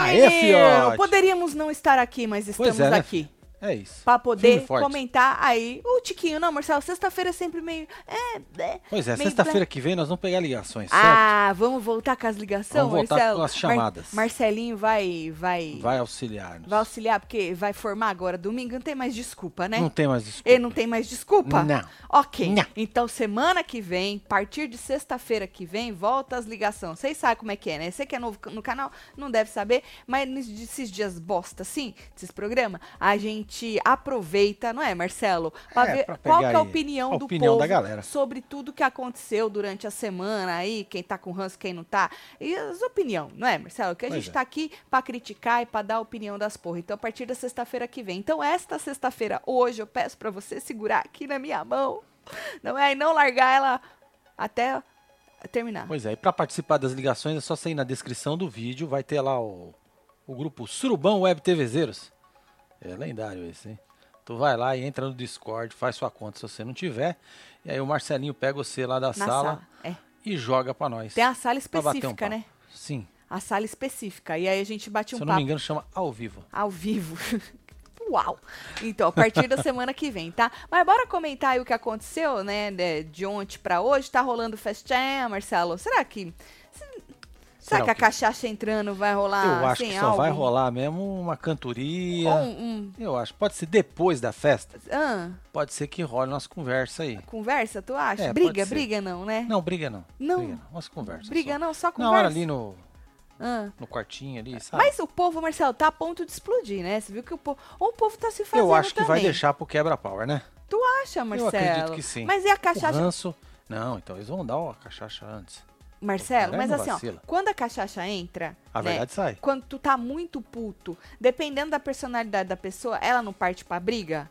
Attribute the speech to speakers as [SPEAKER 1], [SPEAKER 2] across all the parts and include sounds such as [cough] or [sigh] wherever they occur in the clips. [SPEAKER 1] Olha, fiote.
[SPEAKER 2] Poderíamos não estar aqui, mas
[SPEAKER 1] Pois
[SPEAKER 2] estamos
[SPEAKER 1] é, né,
[SPEAKER 2] aqui.
[SPEAKER 1] É isso.
[SPEAKER 2] Pra
[SPEAKER 1] Firme
[SPEAKER 2] poder
[SPEAKER 1] e forte.
[SPEAKER 2] comentar aí. O Tiquinho, não, Marcelo, sexta-feira é sempre meio. É, é.
[SPEAKER 1] Pois é,
[SPEAKER 2] meio
[SPEAKER 1] sexta-feira que vem nós vamos pegar ligações, certo?
[SPEAKER 2] Ah, vamos voltar com as ligações,
[SPEAKER 1] Vamos voltar
[SPEAKER 2] Marcelo?
[SPEAKER 1] com as chamadas.
[SPEAKER 2] Marcelinho vai, vai, vai.
[SPEAKER 1] Vai auxiliar-nos.
[SPEAKER 2] auxiliar, porque vai formar agora domingo, não tem mais desculpa, né?
[SPEAKER 1] Não tem mais desculpa.
[SPEAKER 2] Ele não tem mais desculpa?
[SPEAKER 1] Não.
[SPEAKER 2] Ok.
[SPEAKER 1] Não.
[SPEAKER 2] Então, semana que vem, a partir de sexta-feira que vem, volta as ligações. Vocês sabem como é que é, né? Você que é novo no canal, não deve saber, mas nesses dias bosta, assim, desses programas, a gente aproveita, não é, Marcelo? Pra
[SPEAKER 1] É,
[SPEAKER 2] ver
[SPEAKER 1] pra
[SPEAKER 2] qual que
[SPEAKER 1] pegar
[SPEAKER 2] é a
[SPEAKER 1] aí
[SPEAKER 2] opinião
[SPEAKER 1] a
[SPEAKER 2] do
[SPEAKER 1] opinião
[SPEAKER 2] povo
[SPEAKER 1] da galera.
[SPEAKER 2] sobre tudo que aconteceu durante a semana aí, quem tá com ranço, quem não tá. E as opinião, não é, Marcelo? Que a
[SPEAKER 1] Pois
[SPEAKER 2] gente
[SPEAKER 1] é.
[SPEAKER 2] tá aqui pra criticar e pra dar a opinião das porra. Então, a partir da sexta-feira que vem. Então, esta sexta-feira, hoje, eu peço pra você segurar aqui na minha mão. Não é? E não largar ela até terminar.
[SPEAKER 1] Pois é, e para participar das ligações é só você ir na descrição do vídeo, vai ter lá o, o grupo Surubão Web TVzeiros. É lendário esse, hein? Tu vai lá e entra no Discord, faz sua conta se você não tiver, e aí o Marcelinho pega você lá da
[SPEAKER 2] na
[SPEAKER 1] sala,
[SPEAKER 2] sala. É.
[SPEAKER 1] e joga pra nós.
[SPEAKER 2] Tem a sala
[SPEAKER 1] Pra bater um
[SPEAKER 2] específica,
[SPEAKER 1] papo.
[SPEAKER 2] né?
[SPEAKER 1] Sim,
[SPEAKER 2] A sala específica. E aí a gente bate um
[SPEAKER 1] se eu não
[SPEAKER 2] papo.
[SPEAKER 1] me engano chama ao vivo.
[SPEAKER 2] ao vivo. [laughs] Uau! Então, a partir da semana que vem, tá? Mas bora comentar aí o que aconteceu, né? De, de ontem pra hoje. Tá rolando festinha, Marcelo? Será que. se- Será,
[SPEAKER 1] Será
[SPEAKER 2] que
[SPEAKER 1] o
[SPEAKER 2] a
[SPEAKER 1] quê?
[SPEAKER 2] cachaça entrando vai rolar?
[SPEAKER 1] eu acho
[SPEAKER 2] sem
[SPEAKER 1] que só vai
[SPEAKER 2] álcool?
[SPEAKER 1] rolar mesmo uma cantoria.
[SPEAKER 2] Ou um- um-
[SPEAKER 1] Eu acho, pode ser depois da festa,
[SPEAKER 2] ah,
[SPEAKER 1] pode ser que role nossa conversa aí.
[SPEAKER 2] conversa, tu acha?
[SPEAKER 1] É, pode
[SPEAKER 2] briga,
[SPEAKER 1] ser.
[SPEAKER 2] briga não, né?
[SPEAKER 1] Não, briga não.
[SPEAKER 2] Não.
[SPEAKER 1] Briga não, nossa conversa.
[SPEAKER 2] briga
[SPEAKER 1] só.
[SPEAKER 2] não, só
[SPEAKER 1] Na hora
[SPEAKER 2] conversa.
[SPEAKER 1] ali no,
[SPEAKER 2] Ah.
[SPEAKER 1] no quartinho ali, sabe?
[SPEAKER 2] Mas o povo, Marcelo, tá a ponto de explodir, né? Você viu que o povo. Ou o povo tá se fazendo.
[SPEAKER 1] eu acho que vai
[SPEAKER 2] também.
[SPEAKER 1] deixar pro quebra-power, né?
[SPEAKER 2] Tu acha, Marcelo?
[SPEAKER 1] acredito que sim.
[SPEAKER 2] Mas e a
[SPEAKER 1] O
[SPEAKER 2] cachaça
[SPEAKER 1] ranço... Não, então eles vão dar uma cachaça antes.
[SPEAKER 2] Marcelo,
[SPEAKER 1] Cara,
[SPEAKER 2] mas
[SPEAKER 1] não
[SPEAKER 2] assim, ó,
[SPEAKER 1] vacila.
[SPEAKER 2] quando a cachaça entra,
[SPEAKER 1] A
[SPEAKER 2] né,
[SPEAKER 1] verdade é sai.
[SPEAKER 2] quando tu tá muito puto, dependendo da personalidade da pessoa, ela não parte pra briga?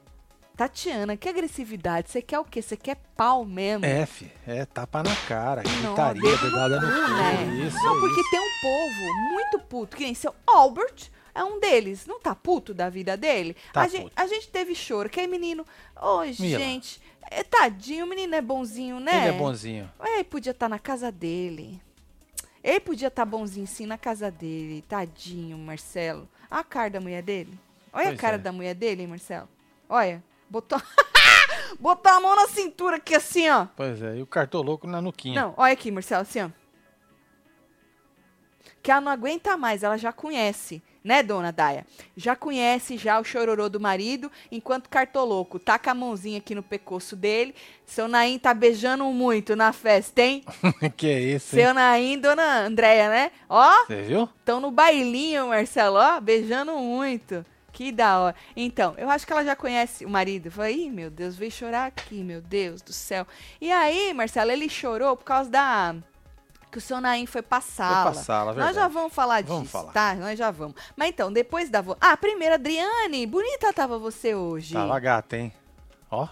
[SPEAKER 2] Tatiana, que agressividade, você quer o quê? Você quer pau mesmo?
[SPEAKER 1] É, fi, é tapa na cara,
[SPEAKER 2] Não,
[SPEAKER 1] gritaria,
[SPEAKER 2] dedo no
[SPEAKER 1] dedada no
[SPEAKER 2] cu,
[SPEAKER 1] cu,
[SPEAKER 2] né?
[SPEAKER 1] isso,
[SPEAKER 2] não, porque
[SPEAKER 1] isso.
[SPEAKER 2] tem um povo muito puto, que nem seu Albert é um deles. Não tá puto da vida dele?
[SPEAKER 1] Tá
[SPEAKER 2] a, Gente,
[SPEAKER 1] puto.
[SPEAKER 2] a gente teve choro, que aí menino, oi
[SPEAKER 1] Mila.
[SPEAKER 2] gente, é, tadinho, o menino é bonzinho, né?
[SPEAKER 1] Ele é bonzinho.
[SPEAKER 2] Ele podia estar na casa dele. Ele podia estar bonzinho sim na casa dele. Tadinho, Marcelo. Olha a cara da mulher dele. Olha
[SPEAKER 1] Pois
[SPEAKER 2] a cara
[SPEAKER 1] é.
[SPEAKER 2] da mulher dele, hein, Marcelo. Olha. Botou... [laughs] botou a mão na cintura aqui assim, ó.
[SPEAKER 1] Pois é, e o cartoloco na nuquinha.
[SPEAKER 2] Não, olha aqui, Marcelo, assim, ó. Que ela não aguenta mais, ela já conhece, né, dona Daia? Já conhece já o chororô do marido, enquanto cartoloco taca a mãozinha aqui no pescoço dele. Seu Naim tá beijando muito na festa, hein?
[SPEAKER 1] [laughs] que é esse, hein?
[SPEAKER 2] Seu Naim, dona Andréia, né? Ó,
[SPEAKER 1] Você viu?
[SPEAKER 2] estão no bailinho, Marcelo, ó, beijando muito. Que da hora. Então, eu acho que ela já conhece o marido. Falei, ih, meu Deus, veio chorar aqui, meu Deus do céu. E aí, Marcelo, ele chorou por causa da. Que o seu Naim foi pra sala.
[SPEAKER 1] Foi pra sala,
[SPEAKER 2] Nós
[SPEAKER 1] verdade.
[SPEAKER 2] já vamos falar disso,
[SPEAKER 1] Vamos falar.
[SPEAKER 2] tá? Nós já vamos. Mas então, depois da. Vo... Ah, primeiro, Adriane, bonita tava você hoje.
[SPEAKER 1] Tava gata, hein? Ó,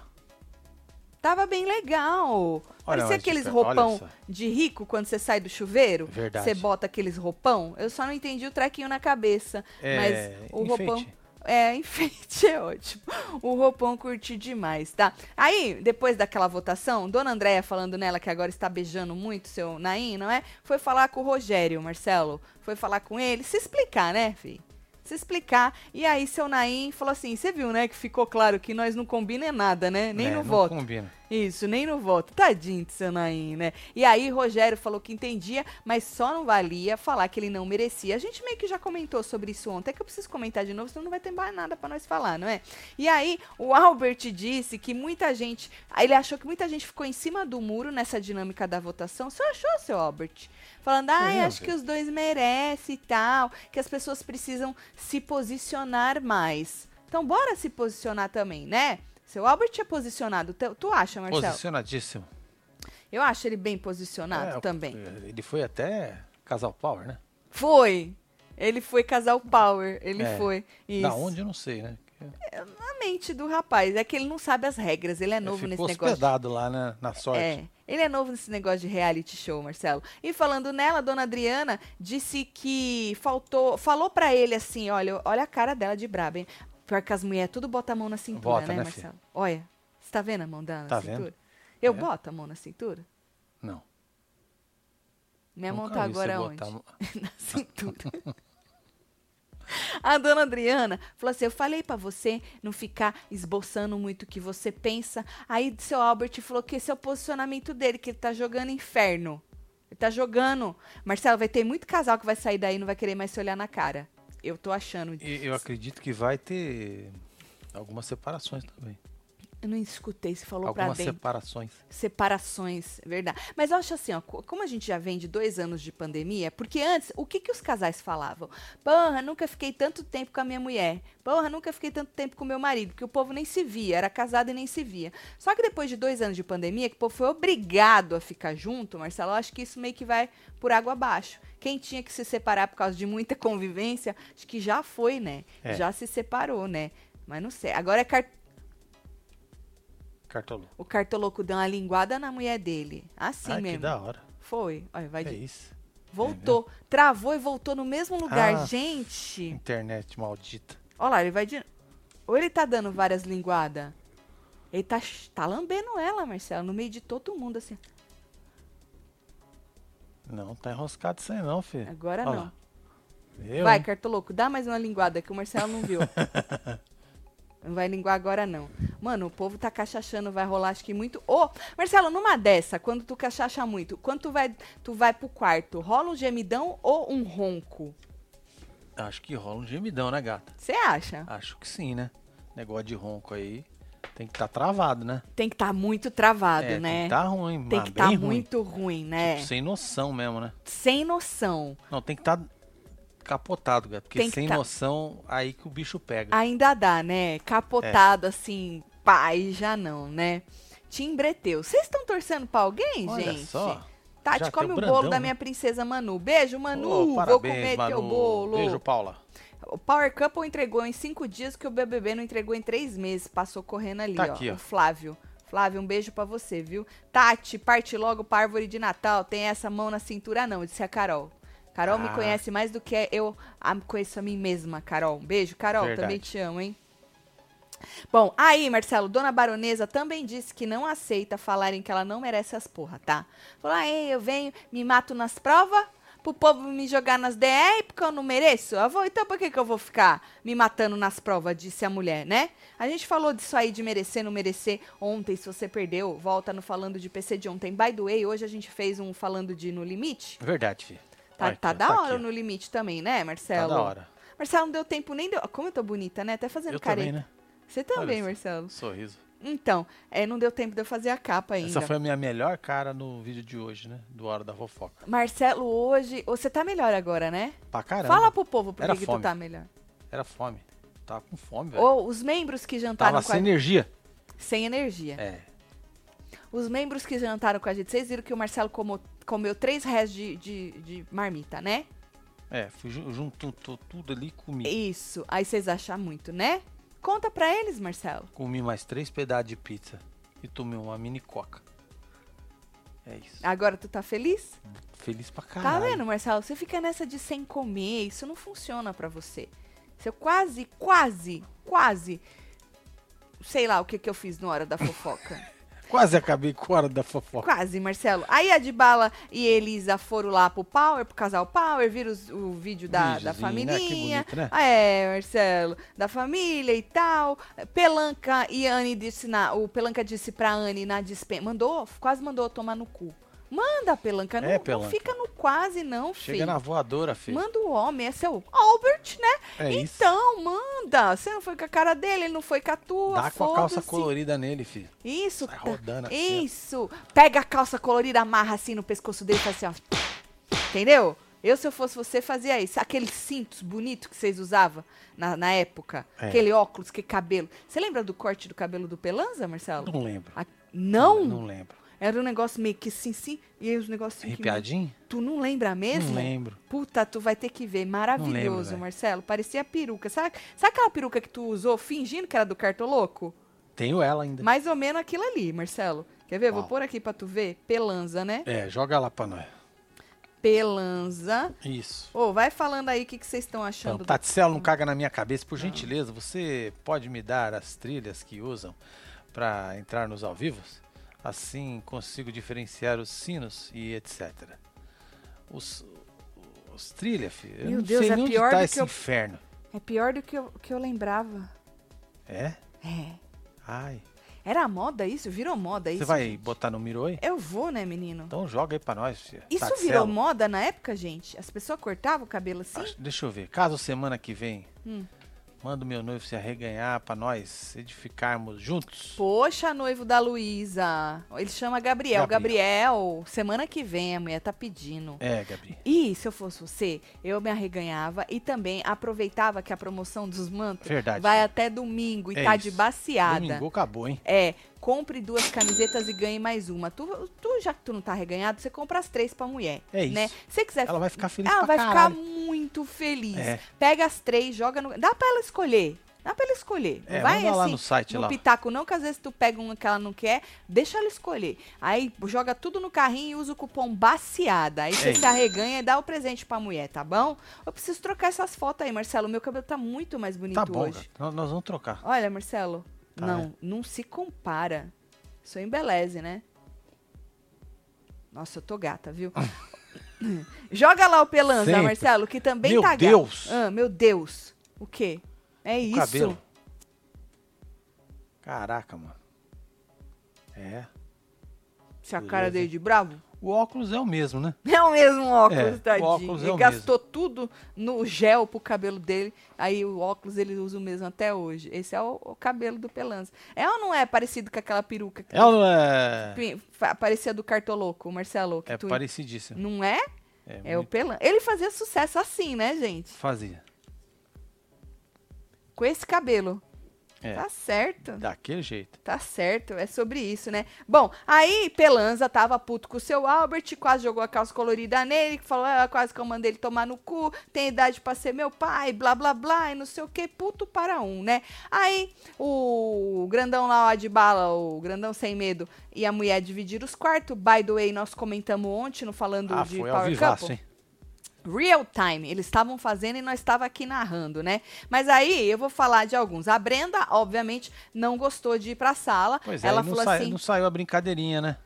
[SPEAKER 2] Tava bem legal.
[SPEAKER 1] Olha
[SPEAKER 2] Parecia
[SPEAKER 1] mais
[SPEAKER 2] aqueles
[SPEAKER 1] de perto, olha
[SPEAKER 2] roupão
[SPEAKER 1] só.
[SPEAKER 2] de rico quando você sai do chuveiro.
[SPEAKER 1] Verdade.
[SPEAKER 2] Você bota aqueles roupão. Eu só não entendi o trequinho na cabeça.
[SPEAKER 1] É,
[SPEAKER 2] mas o
[SPEAKER 1] enfeite.
[SPEAKER 2] roupão. [laughs] É, enfeite é ótimo. O roupão curti demais, tá? Aí, depois daquela votação, Dona Andréia falando nela que agora está beijando muito seu Naim, não é? Foi falar com o Rogério, Marcelo. Foi falar com ele, se explicar, né, fi? Se explicar. E aí, seu Naim falou assim: você viu, né? Que ficou claro que nós não combina é nada, né? Nem
[SPEAKER 1] né,
[SPEAKER 2] no
[SPEAKER 1] não
[SPEAKER 2] voto.
[SPEAKER 1] combina.
[SPEAKER 2] Isso, nem no voto. Tadinho de Sanaim, né? E aí, Rogério falou que entendia, mas só não valia falar que ele não merecia. A gente meio que já comentou sobre isso ontem, é que eu preciso comentar de novo, senão não vai ter mais nada pra nós falar, não é? E aí, o Albert disse que muita gente. Ele achou que muita gente ficou em cima do muro nessa dinâmica da votação. Você achou, seu Albert? Falando, ai,
[SPEAKER 1] Não,
[SPEAKER 2] acho que
[SPEAKER 1] gente.
[SPEAKER 2] os dois merecem e tal, que as pessoas precisam se posicionar mais. Então, bora se posicionar também, né? Seu Albert é posicionado. Tu, tu acha, Marcelo?
[SPEAKER 1] Posicionadíssimo.
[SPEAKER 2] Eu acho ele bem posicionado
[SPEAKER 1] É,
[SPEAKER 2] também.
[SPEAKER 1] Ele foi até casal power, né?
[SPEAKER 2] Foi! Ele foi casal power, ele
[SPEAKER 1] É.
[SPEAKER 2] foi. Isso. É
[SPEAKER 1] Da onde eu não sei, né?
[SPEAKER 2] A mente do rapaz. É que ele não sabe as regras, ele é novo nesse
[SPEAKER 1] Ficou
[SPEAKER 2] negócio.
[SPEAKER 1] hospedado lá né, na sorte.
[SPEAKER 2] É, ele é novo nesse negócio de reality show, Marcelo. E falando nela, a dona Adriana disse que faltou, falou pra ele assim, olha, olha a cara dela de braba, hein? Pior que as mulheres tudo bota a mão na cintura,
[SPEAKER 1] Bota,
[SPEAKER 2] né,
[SPEAKER 1] né,
[SPEAKER 2] Marcelo? Olha, você tá vendo a mão dela na
[SPEAKER 1] Tá
[SPEAKER 2] cintura?
[SPEAKER 1] vendo?
[SPEAKER 2] Eu
[SPEAKER 1] É.
[SPEAKER 2] boto a mão na cintura?
[SPEAKER 1] Não.
[SPEAKER 2] Minha mão
[SPEAKER 1] nunca
[SPEAKER 2] tá
[SPEAKER 1] vi você
[SPEAKER 2] [laughs] agora onde?
[SPEAKER 1] botar a mão-
[SPEAKER 2] na cintura. [laughs] A dona Adriana falou assim: Eu falei pra você não ficar esboçando muito o que você pensa. Aí seu Albert falou que esse é o posicionamento dele, que ele tá jogando inferno. Ele tá jogando. Marcelo, vai ter muito casal que vai sair daí e não vai querer mais se olhar na cara. Eu tô achando.
[SPEAKER 1] E eu acredito que vai ter algumas separações também.
[SPEAKER 2] Eu não escutei, você falou pra
[SPEAKER 1] algumas
[SPEAKER 2] dentro.
[SPEAKER 1] separações.
[SPEAKER 2] Separações, é verdade. Mas eu acho assim, ó, co- como a gente já vem de dois anos de pandemia, porque antes, o que, que os casais falavam? Porra, nunca fiquei tanto tempo com a minha mulher. Porra, nunca fiquei tanto tempo com o meu marido, porque o povo nem se via, era casado e nem se via. Só que depois de dois anos de pandemia, que o povo foi obrigado a ficar junto, Marcelo, eu acho que isso meio que vai por água abaixo. Quem tinha que se separar por causa de muita [laughs] convivência, acho que já foi, né?
[SPEAKER 1] É.
[SPEAKER 2] Já se separou, né? Mas não sei. Agora é car
[SPEAKER 1] Cartolou.
[SPEAKER 2] o cartoloco deu uma linguada na mulher dele. Assim
[SPEAKER 1] Ai,
[SPEAKER 2] mesmo.
[SPEAKER 1] que da hora.
[SPEAKER 2] Foi. Olha, vai
[SPEAKER 1] É
[SPEAKER 2] de...
[SPEAKER 1] isso.
[SPEAKER 2] Voltou. Travou e voltou no mesmo lugar.
[SPEAKER 1] Ah.
[SPEAKER 2] Gente.
[SPEAKER 1] Internet maldita.
[SPEAKER 2] Olha lá, ele vai de. Ou ele tá dando várias linguadas. Ele tá, ch- tá lambendo ela, Marcelo, no meio de todo mundo, assim.
[SPEAKER 1] Não, tá enroscado isso aí não, filho.
[SPEAKER 2] Agora
[SPEAKER 1] Olha
[SPEAKER 2] não.
[SPEAKER 1] lá. Eu,
[SPEAKER 2] Vai,
[SPEAKER 1] hein?
[SPEAKER 2] cartoloco, dá mais uma linguada que o Marcelo não
[SPEAKER 1] [laughs]
[SPEAKER 2] viu. não vai linguar agora, não. Mano, o povo tá cachachando, vai rolar acho que muito. Ô, Marcelo, numa dessa, quando tu cachacha muito, quando tu vai, tu vai pro quarto, rola um gemidão ou um ronco?
[SPEAKER 1] Acho que rola um gemidão, né, gata?
[SPEAKER 2] Você acha?
[SPEAKER 1] Acho que sim, né? Negócio de ronco aí tem que estar tá travado, né?
[SPEAKER 2] Tem que estar muito travado,
[SPEAKER 1] é, Tem
[SPEAKER 2] né?
[SPEAKER 1] que tá ruim,
[SPEAKER 2] Tem
[SPEAKER 1] mas
[SPEAKER 2] que
[SPEAKER 1] bem
[SPEAKER 2] tá
[SPEAKER 1] ruim.
[SPEAKER 2] muito ruim, né?
[SPEAKER 1] Tipo, sem noção mesmo, né?
[SPEAKER 2] Sem noção.
[SPEAKER 1] Não, tem que estar tá capotado, gato. Porque
[SPEAKER 2] Tem que
[SPEAKER 1] sem
[SPEAKER 2] tá-
[SPEAKER 1] noção, aí que o bicho pega.
[SPEAKER 2] Ainda dá, né?
[SPEAKER 1] É.
[SPEAKER 2] Capotado, assim, pai, já não, né? Timbreteu. Vocês estão torcendo pra alguém,
[SPEAKER 1] Olha
[SPEAKER 2] gente?
[SPEAKER 1] só.
[SPEAKER 2] Tati,
[SPEAKER 1] Já
[SPEAKER 2] come
[SPEAKER 1] tem
[SPEAKER 2] o
[SPEAKER 1] o
[SPEAKER 2] bolo
[SPEAKER 1] Brandão,
[SPEAKER 2] da
[SPEAKER 1] né?
[SPEAKER 2] minha princesa Manu. Beijo, Manu.
[SPEAKER 1] Ô,
[SPEAKER 2] Vou
[SPEAKER 1] parabéns,
[SPEAKER 2] comer
[SPEAKER 1] Manu.
[SPEAKER 2] teu bolo.
[SPEAKER 1] Beijo, Paula.
[SPEAKER 2] O Power Couple entregou em cinco dias que o BBB não entregou em três meses. Passou correndo ali,
[SPEAKER 1] Tá
[SPEAKER 2] ó.
[SPEAKER 1] aqui, ó.
[SPEAKER 2] O Flávio. Flávio, um beijo pra você, viu? Tati, parte logo pra árvore de Natal. Tem essa mão na cintura, não, disse a Carol. Carol me
[SPEAKER 1] Ah.
[SPEAKER 2] conhece mais do que eu a- conheço a mim mesma, Carol. Um beijo, Carol.
[SPEAKER 1] Verdade.
[SPEAKER 2] Também te amo, hein? Bom, aí, Marcelo, Dona Baronesa também disse que não aceita falarem que ela não merece as porra, tá? Falou, ah, ei, eu venho, me mato nas provas, pro povo me jogar nas DR porque eu não mereço? Eu vou, então por que, que eu vou ficar me matando nas provas, disse a mulher, né? A gente falou disso aí de merecer, não merecer ontem, se você perdeu, volta no Falando de PC de ontem. By the way, hoje a gente fez um Falando de No Limite.
[SPEAKER 1] É Verdade, filho.
[SPEAKER 2] Tá,
[SPEAKER 1] Olha
[SPEAKER 2] tá
[SPEAKER 1] aqui, ó,
[SPEAKER 2] da hora o
[SPEAKER 1] aqui, ó.
[SPEAKER 2] No Limite também, né,
[SPEAKER 1] Tá
[SPEAKER 2] Marcelo?
[SPEAKER 1] da hora.
[SPEAKER 2] Marcelo, não deu tempo nem deu... Como eu tô bonita, né? Até fazendo
[SPEAKER 1] Eu
[SPEAKER 2] careta.
[SPEAKER 1] também, né?
[SPEAKER 2] Você também,
[SPEAKER 1] só.
[SPEAKER 2] Marcelo.
[SPEAKER 1] um Sorriso.
[SPEAKER 2] Então, é, não deu tempo de eu fazer a capa ainda.
[SPEAKER 1] Essa foi a minha melhor cara no vídeo de hoje, né? Do Hora da Fofoca.
[SPEAKER 2] Marcelo, hoje. Você tá melhor agora, né?
[SPEAKER 1] Pra caramba.
[SPEAKER 2] Fala pro povo por
[SPEAKER 1] Era
[SPEAKER 2] que que tu
[SPEAKER 1] fome.
[SPEAKER 2] tá melhor.
[SPEAKER 1] Era fome. Tava com fome, velho.
[SPEAKER 2] Ou os membros que jantaram
[SPEAKER 1] Tava
[SPEAKER 2] com a
[SPEAKER 1] sem
[SPEAKER 2] gente.
[SPEAKER 1] energia.
[SPEAKER 2] Sem energia.
[SPEAKER 1] É.
[SPEAKER 2] Os membros que jantaram com a gente, vocês viram que o Marcelo como- comeu três réis de, de- de marmita, né?
[SPEAKER 1] É, fui ju- juntou tu- tudo ali e comi.
[SPEAKER 2] Isso. Aí vocês acham muito, né? Conta pra eles, Marcelo.
[SPEAKER 1] Comi mais três pedaços de pizza e tomei uma mini coca. É isso.
[SPEAKER 2] Agora tu tá feliz?
[SPEAKER 1] Feliz pra
[SPEAKER 2] Tá
[SPEAKER 1] caralho.
[SPEAKER 2] vendo, Marcelo? Você fica nessa de sem comer, isso não funciona pra você. Você quase, quase, quase. Sei lá o que, que eu fiz na hora da fofoca.
[SPEAKER 1] [laughs] Quase acabei com a hora da fofoca.
[SPEAKER 2] quase, Marcelo. Aí a Dibala e Elisa foram lá pro Power, pro casal Power, viram os- o vídeo da, da
[SPEAKER 1] Videozinho, né? Que
[SPEAKER 2] familhinha.
[SPEAKER 1] bonito, né?
[SPEAKER 2] É, Marcelo, da família e tal. Pelanca e Anne disse na. O Pelanca disse pra Anne na dispensa. Mandou, quase mandou tomar no cu. Manda, Pelanca, não,
[SPEAKER 1] É,
[SPEAKER 2] não
[SPEAKER 1] Pelanca.
[SPEAKER 2] fica no quase, não,
[SPEAKER 1] Chega
[SPEAKER 2] filho.
[SPEAKER 1] na voadora, filho.
[SPEAKER 2] Manda o homem, esse é o Albert, né?
[SPEAKER 1] é isso.
[SPEAKER 2] então, manda. Você não foi com a cara dele, ele não foi com a tua.
[SPEAKER 1] Dá com a calça
[SPEAKER 2] foda-se.
[SPEAKER 1] colorida nele, filho.
[SPEAKER 2] Isso,
[SPEAKER 1] Sai
[SPEAKER 2] tá-
[SPEAKER 1] rodando assim, ó.
[SPEAKER 2] Isso. Pega a calça colorida, amarra assim no pescoço dele e faz assim, ó. Entendeu? Eu, se eu fosse você, fazia isso. Aqueles cintos bonitos que vocês usavam na, na época.
[SPEAKER 1] É.
[SPEAKER 2] Aquele óculos, que cabelo. Você lembra do corte do cabelo do Pelanza, Marcelo?
[SPEAKER 1] Não lembro.
[SPEAKER 2] A- Ah, Não?
[SPEAKER 1] Não lembro.
[SPEAKER 2] Era um negócio meio que sim, sim. E aí os negocinhos. que-
[SPEAKER 1] Arrepiadinho?
[SPEAKER 2] Tu não lembra mesmo?
[SPEAKER 1] Não lembro.
[SPEAKER 2] Puta, tu vai ter que ver.
[SPEAKER 1] Não
[SPEAKER 2] Maravilhoso,
[SPEAKER 1] lembro,
[SPEAKER 2] Marcelo. Parecia peruca. Sabe, sabe aquela peruca que tu usou fingindo que era do Cartoloco?
[SPEAKER 1] Tenho ela ainda.
[SPEAKER 2] Mais ou menos aquilo ali, Marcelo. Quer ver? Vou
[SPEAKER 1] Uau.
[SPEAKER 2] pôr aqui pra tu ver. Pelanza, né?
[SPEAKER 1] É, joga lá pra nós.
[SPEAKER 2] Pelanza.
[SPEAKER 1] Isso.
[SPEAKER 2] Ô, vai falando aí o que que vocês estão achando.
[SPEAKER 1] Então,
[SPEAKER 2] do-
[SPEAKER 1] Taticelo, não caga na minha cabeça. Por gentileza, você pode me dar as trilhas que usam pra entrar nos ao vivos? Assim consigo diferenciar os sinos e etc. Os, os trilha, filho. Eu
[SPEAKER 2] Meu
[SPEAKER 1] não
[SPEAKER 2] Deus,
[SPEAKER 1] sei
[SPEAKER 2] é
[SPEAKER 1] nem onde
[SPEAKER 2] pior do
[SPEAKER 1] tá
[SPEAKER 2] que
[SPEAKER 1] esse
[SPEAKER 2] eu-
[SPEAKER 1] inferno.
[SPEAKER 2] É pior do que eu, que eu lembrava.
[SPEAKER 1] É?
[SPEAKER 2] É.
[SPEAKER 1] Ai.
[SPEAKER 2] Era moda isso? Virou moda isso?
[SPEAKER 1] Você vai
[SPEAKER 2] gente?
[SPEAKER 1] botar no Miroi?
[SPEAKER 2] Eu vou, né, menino?
[SPEAKER 1] Então joga aí pra nós. filha.
[SPEAKER 2] Isso
[SPEAKER 1] Tarselo.
[SPEAKER 2] virou moda na época, gente? As pessoas cortavam o cabelo assim?
[SPEAKER 1] Acho- Deixa eu ver. Caso semana que vem,
[SPEAKER 2] Hum.
[SPEAKER 1] manda o meu noivo se arreganhar pra nós edificarmos juntos.
[SPEAKER 2] Poxa, noivo da Luísa. Ele chama Gabriel. Gabriel, semana que vem a mulher tá pedindo.
[SPEAKER 1] É, Gabi.
[SPEAKER 2] E se eu fosse você, eu me arreganhava e também aproveitava que a promoção dos mantos
[SPEAKER 1] Verdade.
[SPEAKER 2] vai até domingo e
[SPEAKER 1] É
[SPEAKER 2] tá
[SPEAKER 1] isso.
[SPEAKER 2] de baciada.
[SPEAKER 1] Domingo acabou, hein?
[SPEAKER 2] É, compre duas camisetas e ganhe mais uma. Tu, tu, já que tu não tá arreganhado, você compra as três pra mulher.
[SPEAKER 1] É isso.
[SPEAKER 2] Né? Se você quiser
[SPEAKER 1] Ela vai ficar feliz
[SPEAKER 2] ela
[SPEAKER 1] pra
[SPEAKER 2] vai
[SPEAKER 1] caralho.
[SPEAKER 2] ficar muito feliz.
[SPEAKER 1] É.
[SPEAKER 2] Pega as três, joga no. Dá pra ela escolher. Dá pra ela escolher. Não
[SPEAKER 1] É,
[SPEAKER 2] vai
[SPEAKER 1] manda
[SPEAKER 2] assim,
[SPEAKER 1] lá no site lá.
[SPEAKER 2] pitaco, não, que às vezes tu pega uma que ela não quer, deixa ela escolher. Aí joga tudo no carrinho e usa o cupom BACEADA. Aí você
[SPEAKER 1] É
[SPEAKER 2] se
[SPEAKER 1] isso.
[SPEAKER 2] arreganha e dá o presente pra mulher, tá bom? Eu preciso trocar essas fotos aí, Marcelo. Meu cabelo tá muito mais bonito
[SPEAKER 1] Tá bom,
[SPEAKER 2] hoje.
[SPEAKER 1] Gabi. Nó- Nós vamos trocar.
[SPEAKER 2] Olha, Marcelo,
[SPEAKER 1] Tá,
[SPEAKER 2] não, não se compara. Sou embeleze, né? Nossa, eu tô gata,
[SPEAKER 1] [laughs]
[SPEAKER 2] viu? Joga lá o Pelanza,
[SPEAKER 1] Sempre.
[SPEAKER 2] Marcelo, que também
[SPEAKER 1] Meu
[SPEAKER 2] tá gata.
[SPEAKER 1] Deus!
[SPEAKER 2] Ah, meu Deus! O quê? É
[SPEAKER 1] O
[SPEAKER 2] isso?
[SPEAKER 1] cabelo. Caraca, mano. É.
[SPEAKER 2] Se a cara
[SPEAKER 1] Beleza.
[SPEAKER 2] dele de bravo?
[SPEAKER 1] O óculos é o mesmo, né?
[SPEAKER 2] É o mesmo
[SPEAKER 1] É,
[SPEAKER 2] óculos,
[SPEAKER 1] o
[SPEAKER 2] tadinho.
[SPEAKER 1] óculos é
[SPEAKER 2] Ele
[SPEAKER 1] o
[SPEAKER 2] gastou tudo no gel pro cabelo dele. Aí o óculos ele usa o mesmo até hoje. Esse é o, o cabelo do Pelanza. É ou não é parecido com aquela peruca que
[SPEAKER 1] É ou não é?
[SPEAKER 2] tu- fa- parecia do Cartoloco, o Marcelo? Que
[SPEAKER 1] É
[SPEAKER 2] tu
[SPEAKER 1] parecidíssimo.
[SPEAKER 2] Não é?
[SPEAKER 1] É,
[SPEAKER 2] É o
[SPEAKER 1] muito
[SPEAKER 2] Pelan. Ele fazia sucesso assim, né, gente?
[SPEAKER 1] Fazia.
[SPEAKER 2] Com esse cabelo.
[SPEAKER 1] É.
[SPEAKER 2] Tá certo.
[SPEAKER 1] Daquele jeito.
[SPEAKER 2] Tá certo, é sobre isso, né? Bom, aí Pelanza tava puto com o seu Albert, quase jogou a calça colorida nele, que falou, ah, quase que eu mandei ele tomar no cu, tem idade pra ser meu pai, blá, blá, blá, e não sei o que, puto para um, né? Aí o grandão lá, ó, de bala, o grandão sem medo, e a mulher dividiram os quartos, by the way, nós comentamos ontem, no falando
[SPEAKER 1] Ah,
[SPEAKER 2] de
[SPEAKER 1] foi ao
[SPEAKER 2] Power
[SPEAKER 1] vivaço,
[SPEAKER 2] Couple.
[SPEAKER 1] hein?
[SPEAKER 2] Real time, eles estavam fazendo e nós estava aqui narrando, né? Mas aí eu vou falar de alguns. A Brenda, obviamente, não gostou de ir pra sala.
[SPEAKER 1] Pois é,
[SPEAKER 2] Ela
[SPEAKER 1] e não,
[SPEAKER 2] falou
[SPEAKER 1] sai-
[SPEAKER 2] assim,
[SPEAKER 1] não saiu a brincadeirinha, né?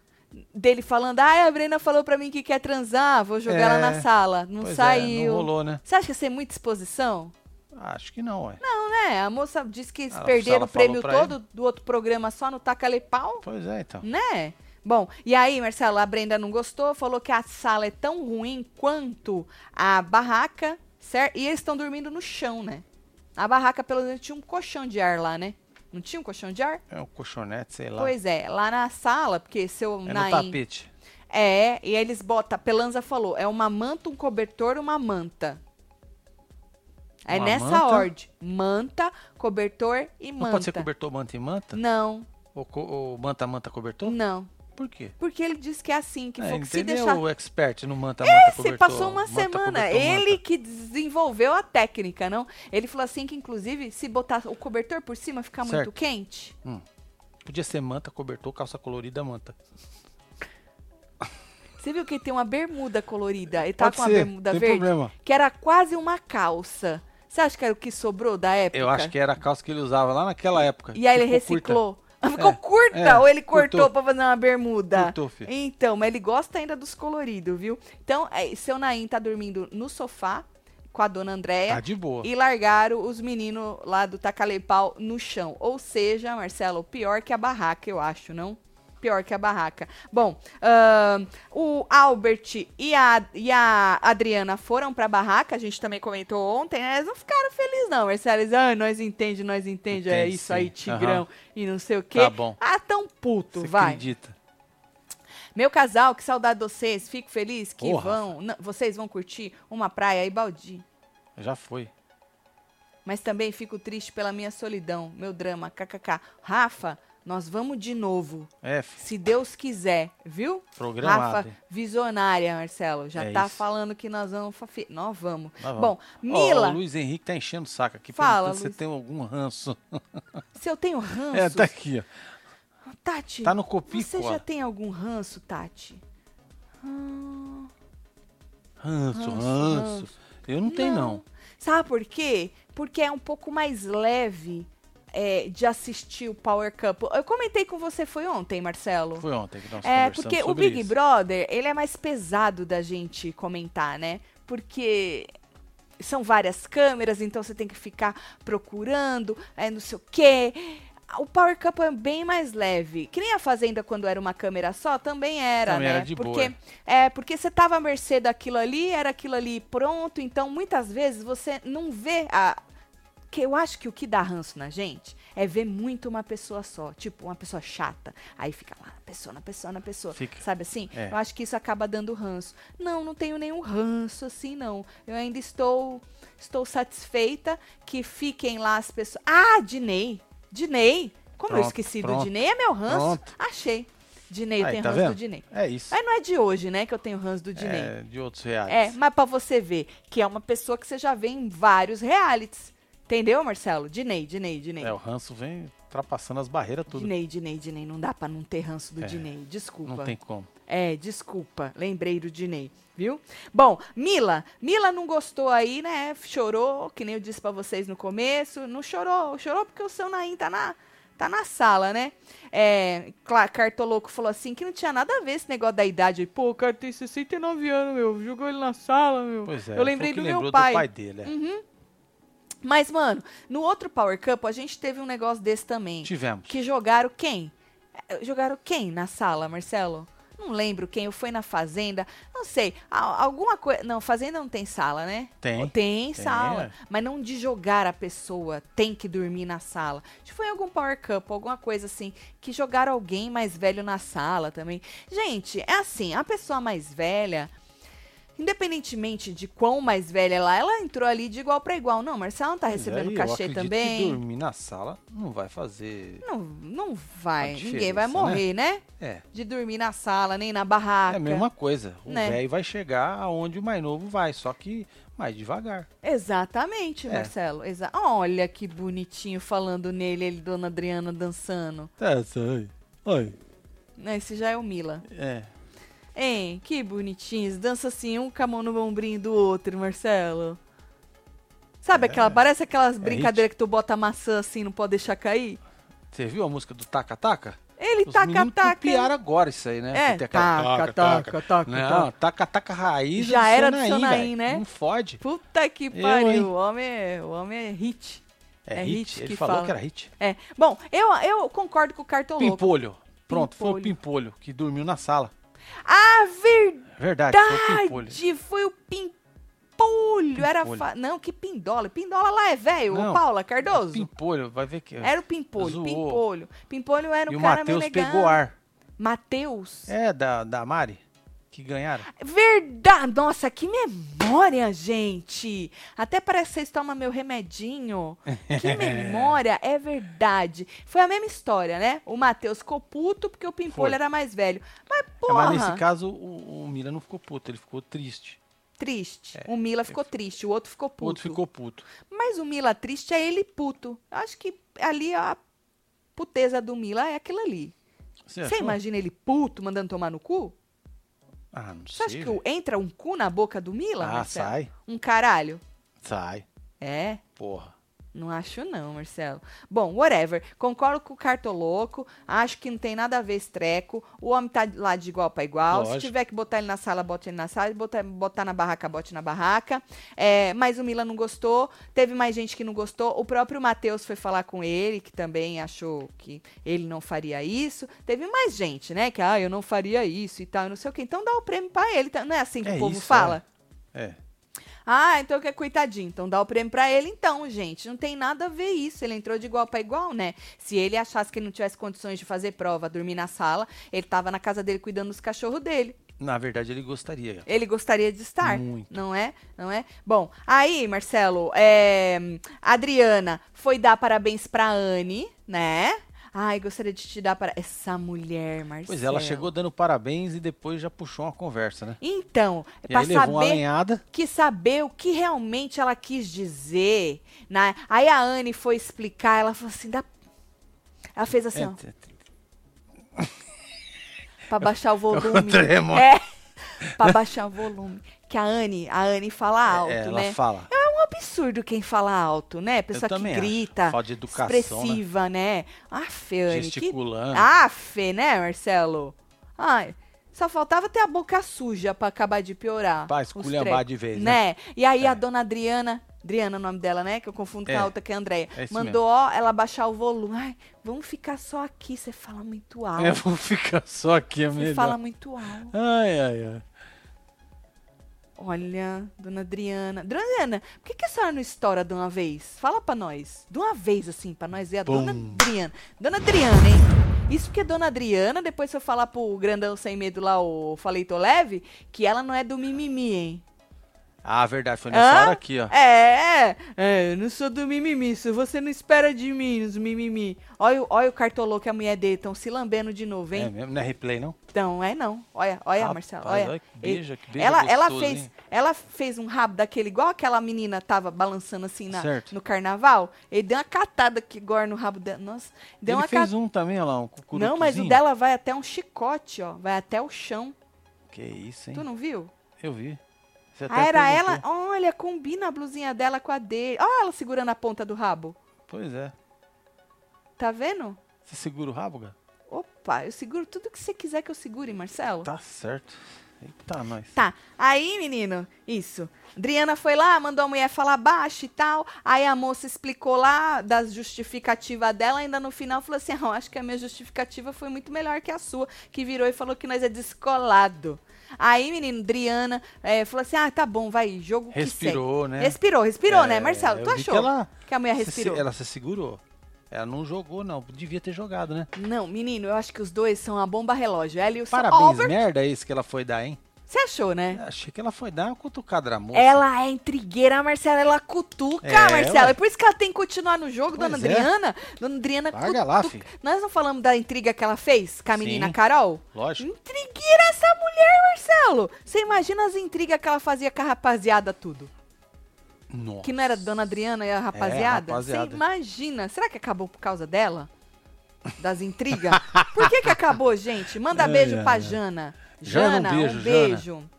[SPEAKER 2] dele falando: "Ah, a Brenda falou pra mim que quer transar, vou jogar
[SPEAKER 1] É,
[SPEAKER 2] ela na sala". Não
[SPEAKER 1] pois
[SPEAKER 2] saiu.
[SPEAKER 1] É, não rolou, né?
[SPEAKER 2] Você acha que isso é muita exposição?
[SPEAKER 1] Acho que não, ué.
[SPEAKER 2] Não, né? A moça disse que
[SPEAKER 1] Ah,
[SPEAKER 2] perderam
[SPEAKER 1] ela
[SPEAKER 2] o prêmio
[SPEAKER 1] falou pra
[SPEAKER 2] todo do outro programa só no Tacale Pau.
[SPEAKER 1] Pois é, então.
[SPEAKER 2] Né? Bom, e aí, Marcelo, a Brenda não gostou, falou que a sala é tão ruim quanto a barraca, certo? E eles estão dormindo no chão, né? A barraca, pelo menos, tinha um colchão de ar lá, né? Não tinha um colchão de ar?
[SPEAKER 1] É um colchonete, sei lá.
[SPEAKER 2] Pois é, lá na sala, porque seu
[SPEAKER 1] é no
[SPEAKER 2] Naim-
[SPEAKER 1] tapete.
[SPEAKER 2] É, e aí eles botam, a Pelanza falou, é uma manta, um cobertor, uma manta. É
[SPEAKER 1] Uma
[SPEAKER 2] nessa
[SPEAKER 1] manta?
[SPEAKER 2] ordem. Manta, cobertor e manta.
[SPEAKER 1] Não pode ser cobertor, manta e manta?
[SPEAKER 2] Não,
[SPEAKER 1] Ou, co- ou manta, manta, cobertor?
[SPEAKER 2] não.
[SPEAKER 1] Por quê?
[SPEAKER 2] Porque ele disse que é assim, que
[SPEAKER 1] é,
[SPEAKER 2] foi que se
[SPEAKER 1] entendeu
[SPEAKER 2] deixar
[SPEAKER 1] o expert no manta, manta,
[SPEAKER 2] Você
[SPEAKER 1] cobertor?
[SPEAKER 2] passou uma
[SPEAKER 1] manta,
[SPEAKER 2] semana.
[SPEAKER 1] cobertor,
[SPEAKER 2] ele
[SPEAKER 1] manta.
[SPEAKER 2] que desenvolveu a técnica, não? Ele falou assim que, inclusive, se botar o cobertor por cima, fica muito
[SPEAKER 1] Certo.
[SPEAKER 2] quente.
[SPEAKER 1] Podia ser manta, cobertor, calça colorida, manta.
[SPEAKER 2] Você viu que ele tem uma bermuda colorida. Ele tá
[SPEAKER 1] Pode
[SPEAKER 2] com uma
[SPEAKER 1] ser,
[SPEAKER 2] bermuda
[SPEAKER 1] tem
[SPEAKER 2] verde.
[SPEAKER 1] problema.
[SPEAKER 2] Que era quase uma calça. Você acha que era o que sobrou da época?
[SPEAKER 1] Eu acho que era a calça que ele usava lá naquela época.
[SPEAKER 2] E aí ele
[SPEAKER 1] Ficou curta.
[SPEAKER 2] reciclou. Ficou
[SPEAKER 1] É,
[SPEAKER 2] curta
[SPEAKER 1] é,
[SPEAKER 2] ou ele cortou,
[SPEAKER 1] cortou.
[SPEAKER 2] pra fazer uma bermuda?
[SPEAKER 1] Cortou, fi.
[SPEAKER 2] Então, mas ele gosta ainda dos coloridos, viu? Então, é, seu Naim tá dormindo no sofá com a dona Andréia.
[SPEAKER 1] Tá de boa.
[SPEAKER 2] E largaram os meninos lá do Tacalepau no chão. Ou seja, Marcelo, pior que a barraca, eu acho, não? Pior que a barraca. Bom, ahn, o Albert e a, e a Adriana foram pra barraca, a gente também comentou ontem, né? Eles não ficaram felizes, não, Marcelo. Eles, ah, nós entende, nós entende, é
[SPEAKER 1] Entende,
[SPEAKER 2] isso aí,
[SPEAKER 1] sim.
[SPEAKER 2] tigrão,
[SPEAKER 1] Aham.
[SPEAKER 2] e não sei o quê.
[SPEAKER 1] Tá bom.
[SPEAKER 2] Ah, tão puto,
[SPEAKER 1] Você
[SPEAKER 2] vai.
[SPEAKER 1] acredita?
[SPEAKER 2] Meu casal, que saudade de vocês. Fico feliz que
[SPEAKER 1] Porra,
[SPEAKER 2] vão. não, vocês vão curtir uma praia e baldi.
[SPEAKER 1] Já foi.
[SPEAKER 2] Mas também fico triste pela minha solidão, meu drama, kkk. Rafa, nós vamos de novo,
[SPEAKER 1] É, fi.
[SPEAKER 2] se Deus quiser, viu?
[SPEAKER 1] Programado,
[SPEAKER 2] Rafa,
[SPEAKER 1] hein?
[SPEAKER 2] visionária, Marcelo. Já
[SPEAKER 1] É
[SPEAKER 2] tá
[SPEAKER 1] isso.
[SPEAKER 2] falando que nós vamos. fa- fi- Nós vamos.
[SPEAKER 1] Nós vamos.
[SPEAKER 2] Bom,
[SPEAKER 1] Ó,
[SPEAKER 2] Mila,
[SPEAKER 1] o Luiz Henrique tá enchendo o saco aqui.
[SPEAKER 2] Fala,
[SPEAKER 1] perguntando se
[SPEAKER 2] Luiz.
[SPEAKER 1] você tem algum ranço.
[SPEAKER 2] se eu tenho ranço.
[SPEAKER 1] É, tá aqui, ó.
[SPEAKER 2] Tati,
[SPEAKER 1] Tá no copinho,
[SPEAKER 2] você já tem algum ranço, Tati? Ah,
[SPEAKER 1] Ranço,
[SPEAKER 2] Ranço,
[SPEAKER 1] ranço. Eu não tenho, não.
[SPEAKER 2] Ah, Sabe por quê? Porque é um pouco mais leve é, de assistir o Power Couple. Eu comentei com você, foi ontem, Marcelo?
[SPEAKER 1] Foi ontem que nós
[SPEAKER 2] É,
[SPEAKER 1] conversamos
[SPEAKER 2] porque o
[SPEAKER 1] sobre
[SPEAKER 2] Big
[SPEAKER 1] isso.
[SPEAKER 2] Brother, ele é mais pesado da gente comentar, né? Porque são várias câmeras, então você tem que ficar procurando, é não sei o quê. O Power Cup é bem mais leve. Que nem a Fazenda quando era uma câmera só, também era,
[SPEAKER 1] Também
[SPEAKER 2] né?
[SPEAKER 1] era de
[SPEAKER 2] porque
[SPEAKER 1] boa.
[SPEAKER 2] é porque você tava à mercê daquilo ali, era aquilo ali pronto, então muitas vezes você não vê a que eu acho que o que dá ranço na gente é ver muito uma pessoa só, tipo uma pessoa chata. Aí fica lá na pessoa, na pessoa, na pessoa.
[SPEAKER 1] Fica.
[SPEAKER 2] Sabe assim?
[SPEAKER 1] É.
[SPEAKER 2] Eu acho que isso acaba dando ranço. Não, não tenho nenhum ranço assim, não. Eu ainda estou estou satisfeita que fiquem lá as pessoas. Ah, Dinei. Dinei. Como eu
[SPEAKER 1] Pronto,
[SPEAKER 2] esqueci do
[SPEAKER 1] pronto,
[SPEAKER 2] Dinei, é meu ranço.
[SPEAKER 1] pronto.
[SPEAKER 2] Achei. Dinei, eu
[SPEAKER 1] Aí,
[SPEAKER 2] tenho
[SPEAKER 1] tá
[SPEAKER 2] ranço
[SPEAKER 1] vendo?
[SPEAKER 2] do Dinei.
[SPEAKER 1] É isso.
[SPEAKER 2] Mas não é de hoje, né, que eu tenho ranço do Dinei.
[SPEAKER 1] É, de outros reais.
[SPEAKER 2] É, mas pra você ver que é uma pessoa que você já vê em vários realities. Entendeu, Marcelo? Dinei, Dinei, Dinei.
[SPEAKER 1] É, o ranço vem ultrapassando as barreiras tudo.
[SPEAKER 2] Dinei, Dinei, Dinei. Não dá pra não ter ranço do
[SPEAKER 1] É,
[SPEAKER 2] Dinei. Desculpa.
[SPEAKER 1] Não tem como.
[SPEAKER 2] É, desculpa. Lembrei do Dinei, viu? Bom, Mila. Mila não gostou aí, né? Chorou, que nem eu disse pra vocês no começo. Não chorou. Chorou porque o seu Naim tá na, tá na sala, né? É, Cla- Cartoloco falou assim que não tinha nada a ver esse negócio da idade. Pô, o cara tem 69 anos, meu. Jogou ele na sala, meu.
[SPEAKER 1] Pois é,
[SPEAKER 2] eu lembrei
[SPEAKER 1] foi o
[SPEAKER 2] do
[SPEAKER 1] que
[SPEAKER 2] meu
[SPEAKER 1] lembrou
[SPEAKER 2] pai. Uhum.
[SPEAKER 1] do pai dele. é.
[SPEAKER 2] Mas, mano, no outro Power Cup a gente teve um negócio desse também.
[SPEAKER 1] Tivemos.
[SPEAKER 2] Que jogaram quem? Eh, Jogaram quem na sala, Marcelo? Não lembro quem, eu fui na Fazenda, não sei, a- alguma coisa... Não, Fazenda não tem sala, né?
[SPEAKER 1] Tem.
[SPEAKER 2] Tem
[SPEAKER 1] Tem,
[SPEAKER 2] sala,
[SPEAKER 1] é.
[SPEAKER 2] mas não de jogar a pessoa, tem que dormir na sala. Acho que foi algum Power Cup, alguma coisa assim, que jogaram alguém mais velho na sala também. Gente, é assim, a pessoa mais velha, independentemente de quão mais velha ela é, ela entrou ali de igual pra igual. Não, Marcelo não tá
[SPEAKER 1] Mas
[SPEAKER 2] recebendo
[SPEAKER 1] aí é, eu
[SPEAKER 2] cachê
[SPEAKER 1] acredito
[SPEAKER 2] também.
[SPEAKER 1] Que dormir na sala não vai fazer.
[SPEAKER 2] Não, não vai.
[SPEAKER 1] A
[SPEAKER 2] Ninguém vai
[SPEAKER 1] diferença,
[SPEAKER 2] morrer, né?
[SPEAKER 1] É.
[SPEAKER 2] De dormir na sala, nem na
[SPEAKER 1] É
[SPEAKER 2] barraca.
[SPEAKER 1] a mesma coisa. O
[SPEAKER 2] Né?
[SPEAKER 1] velho vai chegar aonde o mais novo vai, só que mais devagar.
[SPEAKER 2] Exatamente,
[SPEAKER 1] É.
[SPEAKER 2] Marcelo. Exa Olha que bonitinho falando nele, ele, Dona Adriana, dançando.
[SPEAKER 1] É, sai. Oi.
[SPEAKER 2] Esse já é o Mila.
[SPEAKER 1] É.
[SPEAKER 2] Hein, que bonitinhos. Dança assim, um com a mão no ombrinho do outro, Marcelo. Sabe
[SPEAKER 1] É.
[SPEAKER 2] aquela, parece aquelas
[SPEAKER 1] É
[SPEAKER 2] brincadeiras que tu bota a maçã assim, não pode deixar cair?
[SPEAKER 1] Você viu a música do Taca Taca?
[SPEAKER 2] Ele
[SPEAKER 1] Os
[SPEAKER 2] taca,
[SPEAKER 1] meninos
[SPEAKER 2] taca. ele-
[SPEAKER 1] copiaram agora isso aí, né?
[SPEAKER 2] É,
[SPEAKER 1] Que tem aquela
[SPEAKER 2] taca, taca, né? taca,
[SPEAKER 1] Não, taca, taca raiz.
[SPEAKER 2] Já
[SPEAKER 1] do
[SPEAKER 2] era do
[SPEAKER 1] Sonaí,
[SPEAKER 2] Sonaí,
[SPEAKER 1] velho.
[SPEAKER 2] né?
[SPEAKER 1] Não fode.
[SPEAKER 2] Puta que
[SPEAKER 1] Eu,
[SPEAKER 2] pariu.
[SPEAKER 1] hein?
[SPEAKER 2] o, homem é, o homem é hit.
[SPEAKER 1] É,
[SPEAKER 2] É
[SPEAKER 1] hit.
[SPEAKER 2] hit
[SPEAKER 1] Ele
[SPEAKER 2] que
[SPEAKER 1] falou
[SPEAKER 2] fala.
[SPEAKER 1] que era hit.
[SPEAKER 2] É. Bom, eu, eu concordo com o Cartoloco.
[SPEAKER 1] Pimpolho. Pronto, foi o
[SPEAKER 2] Pimpolho.
[SPEAKER 1] Pimpolho que dormiu na sala. É
[SPEAKER 2] A
[SPEAKER 1] Verdade,
[SPEAKER 2] Tá,
[SPEAKER 1] foi o Pimpolho.
[SPEAKER 2] verdade foi o Pimpolho. Era
[SPEAKER 1] Pimpolho.
[SPEAKER 2] fa- Não, que Pindola. Pindola lá é velho, ô
[SPEAKER 1] Não,
[SPEAKER 2] Paula Cardoso.
[SPEAKER 1] Pimpolho, vai ver que.
[SPEAKER 2] Era o Pimpolho,
[SPEAKER 1] Zoou.
[SPEAKER 2] Pimpolho. Pimpolho era um
[SPEAKER 1] e o
[SPEAKER 2] cara
[SPEAKER 1] Matheus
[SPEAKER 2] meio legal.
[SPEAKER 1] pegou ar.
[SPEAKER 2] Matheus.
[SPEAKER 1] É, da, da Mari, que ganharam. É,
[SPEAKER 2] Verdade. Nossa, que memória, gente. Até parece que vocês tomam meu remedinho.
[SPEAKER 1] [laughs]
[SPEAKER 2] Que memória, é verdade. Foi a mesma história, né? O Matheus ficou puto porque o Pimpolho
[SPEAKER 1] Foi.
[SPEAKER 2] era mais velho. Mas,
[SPEAKER 1] É,
[SPEAKER 2] porra,
[SPEAKER 1] mas nesse caso, o, o Mila não ficou puto, ele ficou triste.
[SPEAKER 2] triste. o Mila ficou triste, o outro ficou puto.
[SPEAKER 1] É, O outro ficou puto.
[SPEAKER 2] Mas o Mila triste é ele puto. Acho que ali a puteza do Mila é aquela ali.
[SPEAKER 1] Você
[SPEAKER 2] Você
[SPEAKER 1] achou?
[SPEAKER 2] imagina ele puto mandando tomar no cu?
[SPEAKER 1] Ah, não
[SPEAKER 2] Você
[SPEAKER 1] sei.
[SPEAKER 2] acha que
[SPEAKER 1] velho.
[SPEAKER 2] o- entra um cu na boca do Mila?
[SPEAKER 1] Ah,
[SPEAKER 2] Marcelo?
[SPEAKER 1] sai.
[SPEAKER 2] Um caralho?
[SPEAKER 1] Sai,
[SPEAKER 2] É.
[SPEAKER 1] porra.
[SPEAKER 2] Não acho não, Marcelo. Bom, whatever. Concordo com o Cartoloco. Acho que não tem nada a ver esse treco. O homem tá lá de igual pra igual. Se
[SPEAKER 1] Lógico.
[SPEAKER 2] tiver que botar ele na sala, bota ele na sala. Se Botar, botar na barraca, bote na barraca. É, mas o Mila não gostou. Teve mais gente que não gostou. O próprio Matheus foi falar com ele, que também achou que ele não faria isso. Teve mais gente, né? Que, ah, eu não faria isso e tal, e não sei o quê. Então dá o prêmio pra ele. tá? Não é assim que
[SPEAKER 1] É
[SPEAKER 2] o povo
[SPEAKER 1] isso,
[SPEAKER 2] fala?
[SPEAKER 1] é. É,
[SPEAKER 2] Ah, então que é coitadinho. Então dá o prêmio pra ele, então, gente. Não tem nada a ver isso. Ele entrou de igual pra igual, né? Se ele achasse que ele não tivesse condições de fazer prova, dormir na sala, ele tava na casa dele cuidando dos cachorros dele.
[SPEAKER 1] na verdade ele gostaria.
[SPEAKER 2] Ele gostaria de estar.
[SPEAKER 1] Muito.
[SPEAKER 2] Não é? Não é? Bom, aí, Marcelo, é, a Adriana foi dar parabéns pra Anne, né? Ai, gostaria de te dar para essa mulher, Marcelo.
[SPEAKER 1] Pois é, ela chegou dando parabéns e depois já puxou uma conversa, né?
[SPEAKER 2] Então, é
[SPEAKER 1] E
[SPEAKER 2] pra
[SPEAKER 1] aí levou uma
[SPEAKER 2] saber
[SPEAKER 1] lenhada.
[SPEAKER 2] que saber o que realmente ela quis dizer. Né? Aí a Anne foi explicar, ela falou assim, dá... ela fez assim, ó,
[SPEAKER 1] É, t- t- É.
[SPEAKER 2] pra baixar o
[SPEAKER 1] [laughs]
[SPEAKER 2] volume.
[SPEAKER 1] tremo.
[SPEAKER 2] é, pra baixar o volume. Que a Anne, a Anne fala alto,
[SPEAKER 1] é, ela
[SPEAKER 2] né?
[SPEAKER 1] fala.
[SPEAKER 2] É um absurdo quem fala alto, né? Pessoa que
[SPEAKER 1] também acho.
[SPEAKER 2] grita,
[SPEAKER 1] Falta de educação, né?
[SPEAKER 2] expressiva, né? Ah, Aff, Anne, que
[SPEAKER 1] Gesticulando.
[SPEAKER 2] Aff, né, Marcelo? Ai, Só faltava ter a boca suja pra acabar de piorar.
[SPEAKER 1] Pra
[SPEAKER 2] os
[SPEAKER 1] esculhambar
[SPEAKER 2] trecos,
[SPEAKER 1] de vez, né?
[SPEAKER 2] né? E aí
[SPEAKER 1] É.
[SPEAKER 2] a dona Adriana, Adriana é o nome dela, né? Que eu confundo com
[SPEAKER 1] É.
[SPEAKER 2] a outra que é a Andréia.
[SPEAKER 1] É isso
[SPEAKER 2] mandou ó, ela baixar o volume. Ai, vamos ficar só aqui, você fala muito alto.
[SPEAKER 1] É, vou ficar só aqui, é
[SPEAKER 2] Você
[SPEAKER 1] melhor.
[SPEAKER 2] fala muito alto.
[SPEAKER 1] Ai, ai, ai.
[SPEAKER 2] Olha, dona Adriana. Dona Adriana, por que, que a senhora não estoura de uma vez? Fala pra nós. De uma vez, assim, pra nós ver a dona
[SPEAKER 1] Pum.
[SPEAKER 2] Adriana. Dona Adriana, hein? Isso porque a dona Adriana, depois se eu falar pro grandão sem medo lá, o Falei Tô Leve, que ela não é do mimimi, hein?
[SPEAKER 1] Ah, verdade, foi nessa
[SPEAKER 2] Hã?
[SPEAKER 1] hora aqui, ó.
[SPEAKER 2] É, é, é, eu não sou do mimimi, se você não espera de mim, os mimimi. Olha, o- olha o cartolô que a mulher dele estão se lambendo de novo,
[SPEAKER 1] É
[SPEAKER 2] hein?
[SPEAKER 1] mesmo? Não é replay, não?
[SPEAKER 2] Então, é não. Olha, olha,
[SPEAKER 1] Rapaz,
[SPEAKER 2] Marcelo, olha.
[SPEAKER 1] olha que beijo, que beijo
[SPEAKER 2] ela, ela
[SPEAKER 1] gostoso,
[SPEAKER 2] fez,
[SPEAKER 1] hein?
[SPEAKER 2] ela fez um rabo daquele igual aquela menina tava balançando assim na,
[SPEAKER 1] Certo.
[SPEAKER 2] no carnaval. Ele deu uma catada que gore no rabo dela. Nossa, deu
[SPEAKER 1] Ele
[SPEAKER 2] uma
[SPEAKER 1] fez
[SPEAKER 2] catada.
[SPEAKER 1] um também, olha lá, um cucurutuzinho.
[SPEAKER 2] Não, mas o dela vai até um chicote, ó, vai até o chão.
[SPEAKER 1] Que isso, hein?
[SPEAKER 2] Tu não viu?
[SPEAKER 1] Eu vi. Você até
[SPEAKER 2] Ah, era
[SPEAKER 1] perguntou.
[SPEAKER 2] ela. Olha, combina a blusinha dela com a dele. Olha ela segurando a ponta do rabo.
[SPEAKER 1] Pois é.
[SPEAKER 2] Tá vendo?
[SPEAKER 1] Você segura o rabo, cara?
[SPEAKER 2] Opa, eu seguro tudo que você quiser que eu segure, Marcelo.
[SPEAKER 1] Tá certo. Eita, nós.
[SPEAKER 2] Tá, aí, menino, isso. Adriana foi lá, mandou a mulher falar baixo e tal. Aí a moça explicou lá das justificativa dela, ainda no final falou assim: "Ah, acho que a minha justificativa foi muito melhor que a sua, que virou e falou que nós é descolado. Aí, menino, Adriana eh, falou assim: ah, tá bom, vai, jogo
[SPEAKER 1] Respirou,
[SPEAKER 2] que
[SPEAKER 1] né?
[SPEAKER 2] segue. Respirou, respirou,
[SPEAKER 1] É,
[SPEAKER 2] né, Marcelo?
[SPEAKER 1] eu
[SPEAKER 2] Tu
[SPEAKER 1] vi
[SPEAKER 2] achou
[SPEAKER 1] Que ela,
[SPEAKER 2] que a mulher
[SPEAKER 1] se-
[SPEAKER 2] respirou?
[SPEAKER 1] ela se segurou. Ela não jogou, não. Devia ter jogado, né?
[SPEAKER 2] Não, menino, eu acho que os dois são a bomba relógio. Ela e o Sam
[SPEAKER 1] Parabéns,
[SPEAKER 2] Albert.
[SPEAKER 1] merda é esse que ela foi dar, hein?
[SPEAKER 2] Você achou, né?
[SPEAKER 1] Achei que ela foi dar uma cutucada na moça.
[SPEAKER 2] Ela é intrigueira, Marcela. Ela cutuca,
[SPEAKER 1] É,
[SPEAKER 2] Marcela.
[SPEAKER 1] ué.
[SPEAKER 2] É por isso que ela tem que continuar no jogo,
[SPEAKER 1] Pois
[SPEAKER 2] dona
[SPEAKER 1] é.
[SPEAKER 2] Adriana. Dona Adriana
[SPEAKER 1] Larga lá, fi.
[SPEAKER 2] Nós não falamos da intriga que ela fez com a menina
[SPEAKER 1] Sim.
[SPEAKER 2] Carol?
[SPEAKER 1] Lógico.
[SPEAKER 2] Intrigueira essa mulher, Marcelo. Você imagina as intrigas que ela fazia com a rapaziada tudo?
[SPEAKER 1] Nossa. É,
[SPEAKER 2] Que não era dona Adriana e a rapaziada?
[SPEAKER 1] rapaziada.
[SPEAKER 2] Você imagina. Será que acabou por causa dela? Das intrigas? por que que acabou, gente? Manda
[SPEAKER 1] [laughs] Ai,
[SPEAKER 2] beijo
[SPEAKER 1] ai,
[SPEAKER 2] pra
[SPEAKER 1] ai.
[SPEAKER 2] Jana.
[SPEAKER 1] Jana,
[SPEAKER 2] Jana,
[SPEAKER 1] um beijo,
[SPEAKER 2] um
[SPEAKER 1] Jana.
[SPEAKER 2] beijo.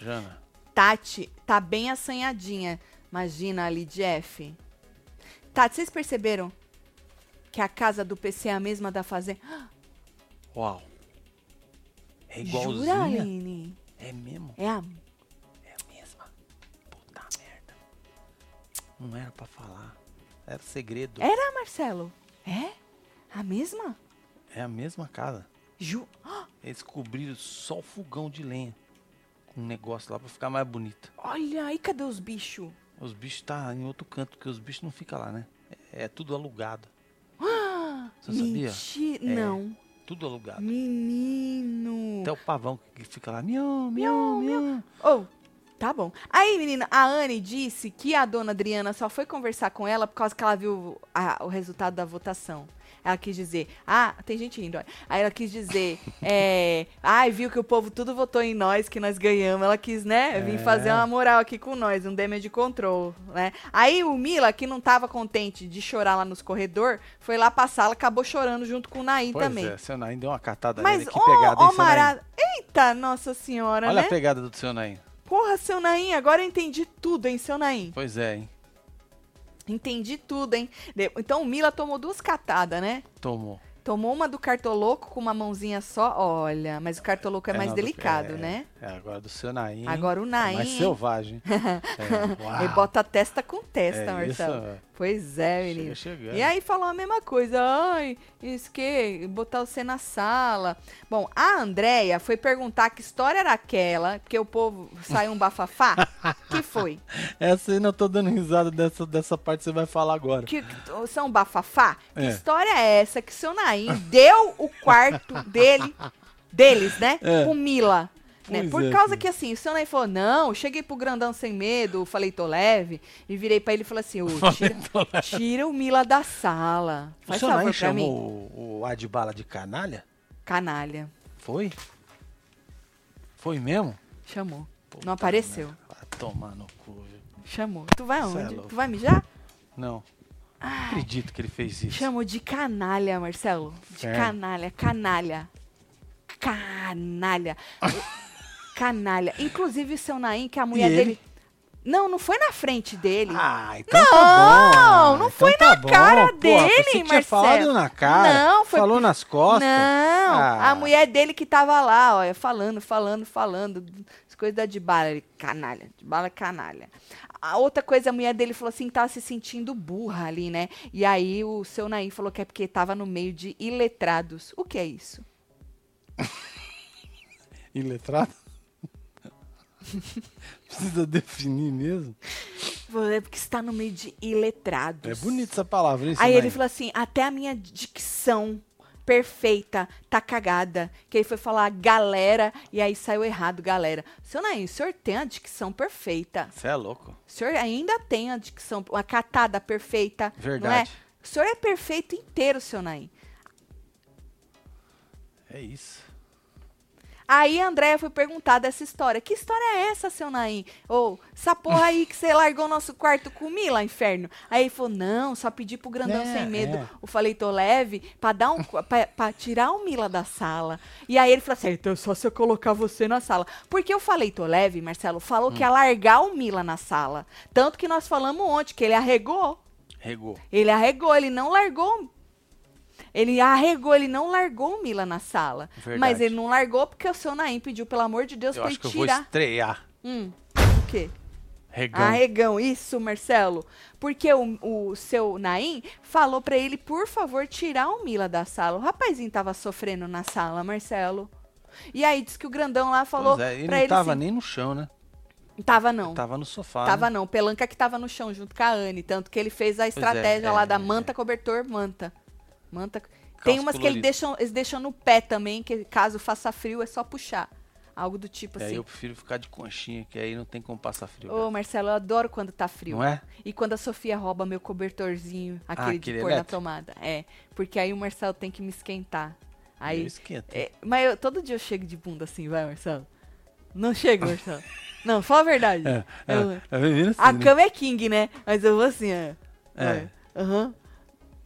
[SPEAKER 1] Jana.
[SPEAKER 2] Tati tá bem assanhadinha. Imagina ali, Jeff. Tati, vocês perceberam que a casa do PC é a mesma da fazenda?
[SPEAKER 1] Uau. É
[SPEAKER 2] Jura,
[SPEAKER 1] igualzinha?
[SPEAKER 2] Aline?
[SPEAKER 1] é mesmo?
[SPEAKER 2] É a...
[SPEAKER 1] É a mesma. Puta merda. Não era pra falar. Era segredo.
[SPEAKER 2] Era, Marcelo? É? A mesma?
[SPEAKER 1] É a mesma casa.
[SPEAKER 2] Ju... Ah,
[SPEAKER 1] Eles cobriram só o fogão de lenha. Com um negócio lá pra ficar mais bonito.
[SPEAKER 2] Olha aí, cadê os bichos?
[SPEAKER 1] Os bichos tá em outro canto, porque os bichos não ficam lá, né? É, é tudo
[SPEAKER 2] [gasps]
[SPEAKER 1] alugado.
[SPEAKER 2] Ah,
[SPEAKER 1] Você sabia?
[SPEAKER 2] menti-
[SPEAKER 1] É.
[SPEAKER 2] Não.
[SPEAKER 1] Tudo alugado.
[SPEAKER 2] Menino.
[SPEAKER 1] Até o pavão que fica lá, miau, miau, miau.
[SPEAKER 2] Oh, tá bom. Aí, menina, a Anne disse que a dona Adriana só foi conversar com ela por causa que ela viu a- o resultado da votação. Ela quis dizer, ah, tem gente indo, olha. Aí ela quis dizer, [laughs] é, ai, viu que o povo tudo votou em nós, que nós ganhamos. Ela quis, né, vir
[SPEAKER 1] É.
[SPEAKER 2] fazer uma moral aqui com nós, um damage control, né? Aí o Mila, que não tava contente de chorar lá nos corredores, foi lá pra sala, acabou chorando junto com o Nain
[SPEAKER 1] Pois
[SPEAKER 2] também.
[SPEAKER 1] é, seu Nain deu uma catada
[SPEAKER 2] Mas,
[SPEAKER 1] nele.
[SPEAKER 2] ó,
[SPEAKER 1] Que pegada,
[SPEAKER 2] ó,
[SPEAKER 1] hein, seu Nain?
[SPEAKER 2] mara- Eita, nossa senhora,
[SPEAKER 1] Olha
[SPEAKER 2] né?
[SPEAKER 1] a pegada do seu Nain.
[SPEAKER 2] Porra, seu Naim, agora eu entendi tudo, hein, seu Naim?
[SPEAKER 1] Pois é, hein?
[SPEAKER 2] Entendi tudo, hein? De- Então o Mila tomou duas catadas, né?
[SPEAKER 1] Tomou.
[SPEAKER 2] Tomou uma do cartoloco com uma mãozinha só. Olha, mas o cartoloco é, mais
[SPEAKER 1] não, do-
[SPEAKER 2] delicado,
[SPEAKER 1] é,
[SPEAKER 2] né?
[SPEAKER 1] É, agora do seu Nain.
[SPEAKER 2] Agora o
[SPEAKER 1] É mais
[SPEAKER 2] Naim. [laughs]
[SPEAKER 1] selvagem. é, uau.
[SPEAKER 2] ele bota testa com testa,
[SPEAKER 1] é isso,
[SPEAKER 2] Marcelo.
[SPEAKER 1] ó.
[SPEAKER 2] Pois é, menino.
[SPEAKER 1] Chega chegando.
[SPEAKER 2] E aí falou a mesma coisa. Ai, isso que botar você na sala. Bom, a Andréia foi perguntar que história era aquela, porque o povo saiu um
[SPEAKER 1] [laughs]
[SPEAKER 2] bafafá. que foi?
[SPEAKER 1] Essa aí não tô dando risada dessa, dessa parte que você vai falar agora.
[SPEAKER 2] que que são bafafá. Que
[SPEAKER 1] É.
[SPEAKER 2] história é essa que seu Naim deu o
[SPEAKER 1] [laughs]
[SPEAKER 2] quarto dele, deles, né?
[SPEAKER 1] É.
[SPEAKER 2] Pro Mila. Né?
[SPEAKER 1] Pois
[SPEAKER 2] Por
[SPEAKER 1] é,
[SPEAKER 2] causa
[SPEAKER 1] filho.
[SPEAKER 2] que assim, o seu Naim falou: não, cheguei pro grandão sem medo, falei, tô leve, e virei pra ele e falei assim: ô, tira, tira o Mila da sala.
[SPEAKER 1] O
[SPEAKER 2] Faz
[SPEAKER 1] seu
[SPEAKER 2] favor
[SPEAKER 1] Nain
[SPEAKER 2] pra mim.
[SPEAKER 1] chamou o, o Adbala de canalha?
[SPEAKER 2] Canalha.
[SPEAKER 1] Foi? Foi mesmo?
[SPEAKER 2] Chamou.
[SPEAKER 1] Puta
[SPEAKER 2] Não apareceu.
[SPEAKER 1] merda. Vai tomar no cu, viu?
[SPEAKER 2] Chamou. Tu vai
[SPEAKER 1] Cê é
[SPEAKER 2] aonde?
[SPEAKER 1] louco.
[SPEAKER 2] tu vai mijar?
[SPEAKER 1] Não.
[SPEAKER 2] Ah.
[SPEAKER 1] Não acredito que ele fez isso.
[SPEAKER 2] Chamou de canalha, Marcelo. De
[SPEAKER 1] Inferno.
[SPEAKER 2] canalha, canalha.
[SPEAKER 1] [laughs]
[SPEAKER 2] Canalha. canalha. Inclusive o seu Naim, que a mulher
[SPEAKER 1] ele?
[SPEAKER 2] dele. Não, não foi na frente dele.
[SPEAKER 1] Ah, então
[SPEAKER 2] Não,
[SPEAKER 1] tá bom. Ah,
[SPEAKER 2] não foi na cara
[SPEAKER 1] Pô,
[SPEAKER 2] dele,
[SPEAKER 1] você tinha
[SPEAKER 2] Marcelo.
[SPEAKER 1] falado na cara.
[SPEAKER 2] Não, foi-
[SPEAKER 1] Falou nas costas.
[SPEAKER 2] Não,
[SPEAKER 1] Ah.
[SPEAKER 2] a mulher dele que tava lá, ó, falando, falando, falando. As coisas da de bala, ele, canalha, de bala canalha. A outra coisa, a mulher dele falou assim, que tava se sentindo burra ali, né? E aí o seu Naim falou que é porque tava no meio de iletrados. O que é isso?
[SPEAKER 1] Iletrado? [laughs] Precisa definir mesmo.
[SPEAKER 2] Falou, É porque está no meio de iletrados.
[SPEAKER 1] É bonita essa palavra. Isso,
[SPEAKER 2] Aí
[SPEAKER 1] né?
[SPEAKER 2] ele falou assim, até a minha dicção perfeita tá cagada. Que ele foi falar galera e aí saiu errado, galera. Seu Naim, o senhor tem a dicção perfeita.
[SPEAKER 1] Você é louco.
[SPEAKER 2] O senhor ainda tem a dicção, a catada perfeita. Não é?
[SPEAKER 1] Verdade.
[SPEAKER 2] O senhor é perfeito inteiro, seu Naim.
[SPEAKER 1] É isso.
[SPEAKER 2] Aí a Andréia foi perguntada essa história. Que história é essa, seu Naim? Ou, essa porra aí que você largou nosso quarto com lá, inferno. Aí ele falou, não, só pedi pro grandão
[SPEAKER 1] É,
[SPEAKER 2] sem medo.
[SPEAKER 1] é.
[SPEAKER 2] Eu falei, tô leve, pra, dar um, pra, pra tirar o Mila da sala. E aí ele falou assim, então é só se eu colocar você na sala. Porque eu falei, tô leve, Marcelo, falou
[SPEAKER 1] Hum.
[SPEAKER 2] que ia largar o Mila na sala. Tanto que nós falamos ontem, que ele arregou.
[SPEAKER 1] Regou.
[SPEAKER 2] Ele arregou, ele não largou. Ele arregou, ele não largou o Mila na sala.
[SPEAKER 1] Verdade.
[SPEAKER 2] Mas ele não largou porque o seu Naim pediu, pelo amor de Deus,
[SPEAKER 1] Eu
[SPEAKER 2] pra
[SPEAKER 1] acho
[SPEAKER 2] ele
[SPEAKER 1] que eu vou
[SPEAKER 2] tirar.
[SPEAKER 1] estrear.
[SPEAKER 2] Hum, o quê?
[SPEAKER 1] Regão.
[SPEAKER 2] Arregão, isso, Marcelo. Porque o, o seu Naim falou pra ele, por favor, tirar o Mila da sala. O rapazinho tava sofrendo na sala, Marcelo. E aí disse que o grandão lá falou
[SPEAKER 1] pois é, ele
[SPEAKER 2] pra
[SPEAKER 1] não
[SPEAKER 2] ele
[SPEAKER 1] tava
[SPEAKER 2] assim,
[SPEAKER 1] nem no chão, né?
[SPEAKER 2] Tava não.
[SPEAKER 1] Tava no sofá.
[SPEAKER 2] Tava
[SPEAKER 1] né?
[SPEAKER 2] não, Pelanca que tava no chão junto com a Anne, tanto que ele fez a estratégia
[SPEAKER 1] é,
[SPEAKER 2] lá
[SPEAKER 1] é,
[SPEAKER 2] da
[SPEAKER 1] é.
[SPEAKER 2] manta cobertor manta. Manta. Tem umas que ele
[SPEAKER 1] colorido.
[SPEAKER 2] deixam, eles deixam no pé também, que caso faça frio é só puxar. Algo do tipo
[SPEAKER 1] É,
[SPEAKER 2] assim.
[SPEAKER 1] eu prefiro ficar de conchinha, que aí não tem como passar frio. né?
[SPEAKER 2] Ô, Marcelo, eu adoro quando tá frio.
[SPEAKER 1] Não é? Ah,
[SPEAKER 2] E quando a Sofia rouba meu cobertorzinho, aquele,
[SPEAKER 1] aquele
[SPEAKER 2] de pôr na
[SPEAKER 1] elétrico?
[SPEAKER 2] tomada. É, porque aí o Marcelo tem que me esquentar. Aí,
[SPEAKER 1] Eu esquento.
[SPEAKER 2] é, mas eu- todo dia eu chego de bunda assim, vai, Marcelo. Não chego,
[SPEAKER 1] [laughs]
[SPEAKER 2] Marcelo. Não, fala a verdade.
[SPEAKER 1] É, é,
[SPEAKER 2] Eu-
[SPEAKER 1] é menina assim,
[SPEAKER 2] A
[SPEAKER 1] né?
[SPEAKER 2] cama é king, né? Mas eu vou assim, ó.
[SPEAKER 1] É.
[SPEAKER 2] Ó. Aham.